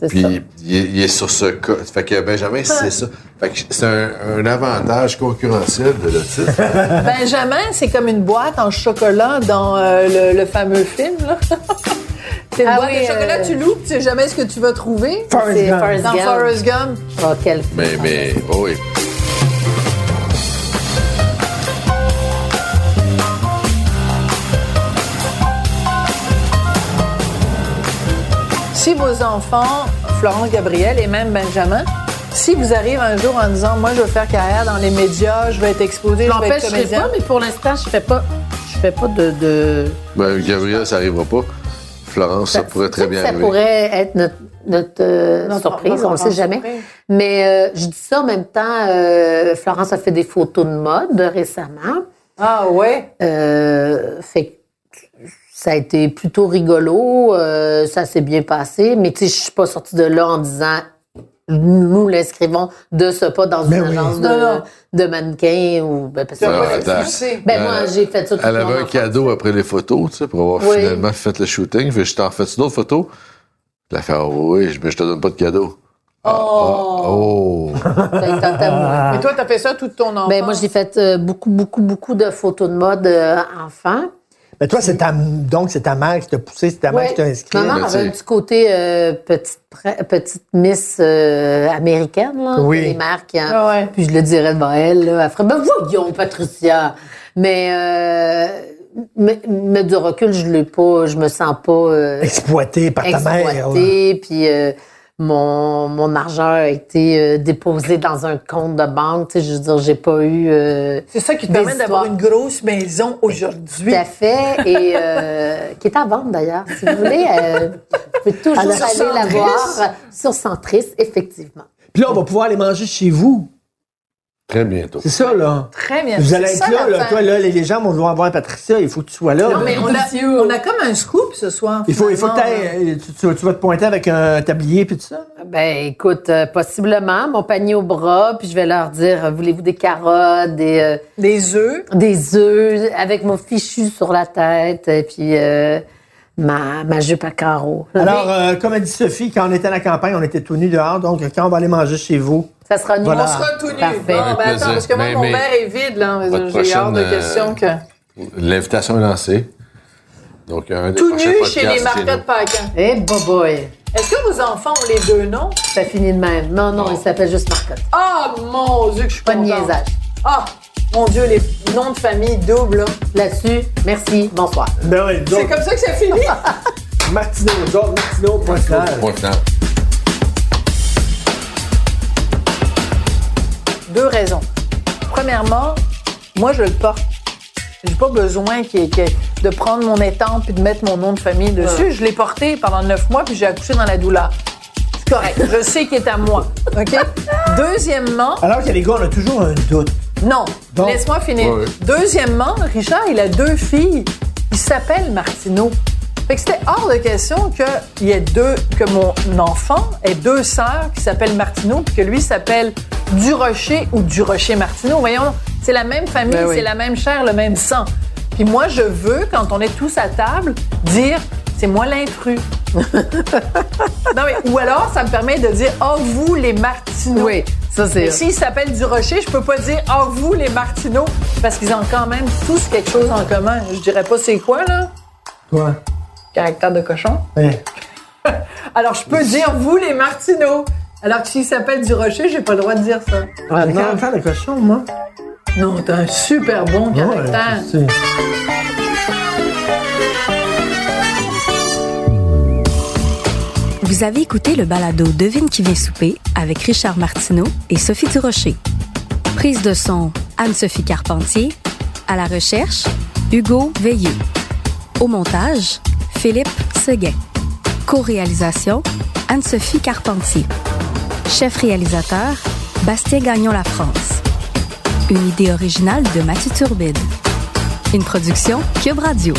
Speaker 6: C'est ça.
Speaker 5: Puis il, est- il est sur ce cas. Fait que Benjamin, c'est ça. Fait que c'est un, un avantage concurrentiel de l'autiste.
Speaker 2: Benjamin, c'est comme une boîte en chocolat dans euh, le, le fameux film. là. c'est une
Speaker 6: Ah
Speaker 2: boîte
Speaker 6: oui,
Speaker 2: de chocolat,
Speaker 6: euh,
Speaker 2: tu loupes, tu sais jamais ce que tu vas trouver.
Speaker 3: Forrest
Speaker 6: C'est
Speaker 3: Gump.
Speaker 6: Forrest
Speaker 2: Dans
Speaker 6: Gump.
Speaker 2: Forrest Gump.
Speaker 6: Oh, quel-
Speaker 5: mais, mais, oh oui.
Speaker 2: Si vos enfants, Florence Gabriel et même Benjamin, si vous arrivez un jour en disant Moi, je veux faire carrière dans les médias, je veux être exposé,
Speaker 6: Je
Speaker 2: je veux être
Speaker 6: l'empêcherai
Speaker 2: comédien.
Speaker 6: pas, mais pour l'instant, je fais pas. Je fais pas de. de...
Speaker 5: Ben, Gabriel, ça arrivera pas. Florence, ça, pourrait très
Speaker 6: Peut-être
Speaker 5: bien
Speaker 6: que Ça
Speaker 5: arriver.
Speaker 6: pourrait être notre, notre, euh,
Speaker 2: Notre-
Speaker 6: surprise,
Speaker 2: notre
Speaker 6: on ne sait
Speaker 2: enfant
Speaker 6: jamais.
Speaker 2: surprise.
Speaker 6: Mais euh, je dis ça en même temps, euh, Florence a fait des photos de mode récemment.
Speaker 2: Ah ouais?
Speaker 6: Euh, fait que ça a été plutôt rigolo, euh, ça s'est bien passé, mais tu sais, je suis pas sortie de là en disant nous l'inscrivons de ce pas dans une
Speaker 3: Ben oui.
Speaker 6: agence
Speaker 2: Non, non.
Speaker 6: de, de mannequins ou ben, parce que-
Speaker 2: Tu vas
Speaker 5: Ah,
Speaker 2: pas
Speaker 5: attends.
Speaker 2: l'excuser.
Speaker 6: ben,
Speaker 5: Euh,
Speaker 6: moi j'ai fait ça tout
Speaker 5: Elle
Speaker 6: mon
Speaker 5: avait un
Speaker 6: enfance.
Speaker 5: cadeau après les photos, tu sais, pour avoir
Speaker 6: Oui.
Speaker 5: finalement fait le shooting. Fait que je t'en fais une autre photo. Elle a fait, Ah oui, je- mais je te donne pas de cadeau. Ah, ah, oh.
Speaker 6: Fait que t'as- t'as-
Speaker 2: Mais toi, t'as fait ça toute ton enfance.
Speaker 6: Ah. Ben, moi j'ai fait euh, beaucoup beaucoup beaucoup de photos de mode euh, enfant.
Speaker 3: Mais toi, c'est ta, donc, c'est ta mère qui t'a poussé, c'est ta mère qui t'a inscrit.
Speaker 6: Maman
Speaker 5: Mais
Speaker 6: avait
Speaker 5: tu
Speaker 6: un
Speaker 5: sais-
Speaker 6: petit côté euh, petite, pre- petite Miss euh, américaine, là.
Speaker 3: Oui.
Speaker 6: Les mères qui en-
Speaker 2: Ah ouais.
Speaker 6: Puis je le dirais devant elle, là. Elle ferait, ben voyons, Patricia! Mais, euh, mais, mais du recul, je l'ai pas, je me sens pas euh,
Speaker 3: Exploité par ta mère. ouais.
Speaker 6: exploitée. Puis euh, mon, mon argent a été euh, déposé dans un compte de banque. Tu sais, je veux dire, j'ai pas eu... euh,
Speaker 2: C'est ça qui te
Speaker 6: Des
Speaker 2: permet d'avoir une
Speaker 6: histoires.
Speaker 2: grosse maison aujourd'hui.
Speaker 6: Tout à fait. Et euh, qui est à vendre d'ailleurs. Si vous voulez, euh, vous pouvez toujours
Speaker 3: À la-
Speaker 6: aller la
Speaker 2: Centris.
Speaker 6: voir sur Centris, effectivement.
Speaker 3: Puis là, on va pouvoir aller manger chez vous.
Speaker 5: Très bientôt.
Speaker 3: C'est ça, là.
Speaker 2: Très bien.
Speaker 3: Vous
Speaker 2: C'est
Speaker 3: allez être
Speaker 2: ça,
Speaker 3: là,
Speaker 2: la
Speaker 3: là.
Speaker 2: fin.
Speaker 3: Toi, là, les- les gens vont vouloir voir Patricia. Il faut que tu sois là.
Speaker 2: Non,
Speaker 3: là.
Speaker 2: mais on a, on a comme un scoop ce soir.
Speaker 3: Il faut, il faut que
Speaker 2: finalement.
Speaker 3: t'ailles- euh, tu, tu- tu vas te pointer avec un tablier puis tout ça.
Speaker 6: Ben écoute, euh, possiblement, mon panier au bras, puis je vais leur dire, euh, voulez-vous des carottes, des, euh,
Speaker 2: Des œufs.
Speaker 6: des œufs, avec mon fichu sur la tête, et puis euh, ma, ma jupe à carreaux.
Speaker 3: Alors, euh, comme a dit Sophie, quand on était à la campagne, on était tout nus dehors. Donc, quand on va aller manger chez vous,
Speaker 6: Ça sera nous.
Speaker 3: voilà.
Speaker 2: On sera tout nus.
Speaker 6: Parfait.
Speaker 2: Bon, ben
Speaker 5: Avec
Speaker 2: attends,
Speaker 5: plaisir.
Speaker 2: parce que moi,
Speaker 5: Mais-
Speaker 2: mon
Speaker 5: mais-
Speaker 2: verre est vide, là.
Speaker 5: Votre
Speaker 2: J'ai hors de
Speaker 5: prochaine, euh,
Speaker 2: question que.
Speaker 5: L'invitation est lancée. Donc, un des
Speaker 2: Tout
Speaker 5: prochains
Speaker 2: nu
Speaker 5: podcasts,
Speaker 2: chez les
Speaker 5: c'est nous.
Speaker 2: Marquettes Paquin.
Speaker 6: Eh, boboy,
Speaker 2: Est-ce que vos enfants ont les deux noms?
Speaker 6: ça finit de même. Non, non, il s'appelle juste Marcotte.
Speaker 2: Ah, mon Dieu, que je suis
Speaker 6: Pas de
Speaker 2: contente.
Speaker 6: niaisage.
Speaker 2: Ah, mon Dieu, les noms de famille doubles, là.
Speaker 6: Là-dessus, merci, bonsoir.
Speaker 3: ben oui,
Speaker 2: C'est
Speaker 3: donc,
Speaker 2: comme ça que ça finit?
Speaker 3: Martineau, Georges Martineau, point final.
Speaker 5: Point final.
Speaker 2: Deux raisons. Premièrement, moi, je le porte. J'ai pas besoin qu'il y ait- qu'il y ait- de prendre mon étampe et de mettre mon nom de famille dessus. Je l'ai porté pendant neuf mois puis j'ai accouché dans la douleur. C'est correct. je sais qu'il est à moi. OK? Deuxièmement,
Speaker 3: Alors que les gars, on a toujours un doute.
Speaker 2: non.
Speaker 3: Donc-
Speaker 2: Laisse-moi finir.
Speaker 5: Ouais, ouais.
Speaker 2: Deuxièmement, Richard, il a deux filles. Il s'appelle Martineau. Fait que c'était hors de question qu'il y ait deux, que mon enfant ait deux sœurs qui s'appellent Martineau puis que lui s'appelle Durocher ou Durocher Martineau. Voyons, c'est la même famille,
Speaker 6: Ben oui.
Speaker 2: c'est la même chair, le même sang. Puis moi, je veux, quand on est tous à table, dire c'est moi l'intrus. non, mais, ou alors, ça me permet de dire oh, vous les Martineaux.
Speaker 6: Oui, ça, c'est-
Speaker 2: Mais S'ils s'appellent du Rocher, je peux pas dire ah vous les Martineaux parce qu'ils ont quand même tous quelque chose en commun. Je dirais pas c'est quoi là,
Speaker 3: Toi.
Speaker 2: caractère de cochon.
Speaker 3: Ouais.
Speaker 2: Alors je peux dire vous les Martineaux. Alors que s'ils s'appellent du Rocher, j'ai pas le droit de dire ça.
Speaker 3: J'ai 40 ans de cochon, moi.
Speaker 2: Non, t'as un super bon caractère.
Speaker 3: Ouais, je sais.
Speaker 7: Vous avez écouté le balado Devine qui vient souper avec Richard Martineau et Sophie Durocher. Prise de son Anne-Sophie Carpentier. À la recherche, Hugo Veilleux. Au montage, Philippe Seguin. Co-réalisation, Anne-Sophie Carpentier. Chef réalisateur, Bastien Gagnon La France. Une idée originale de Mathieu Turbide. Une production Cube Radio.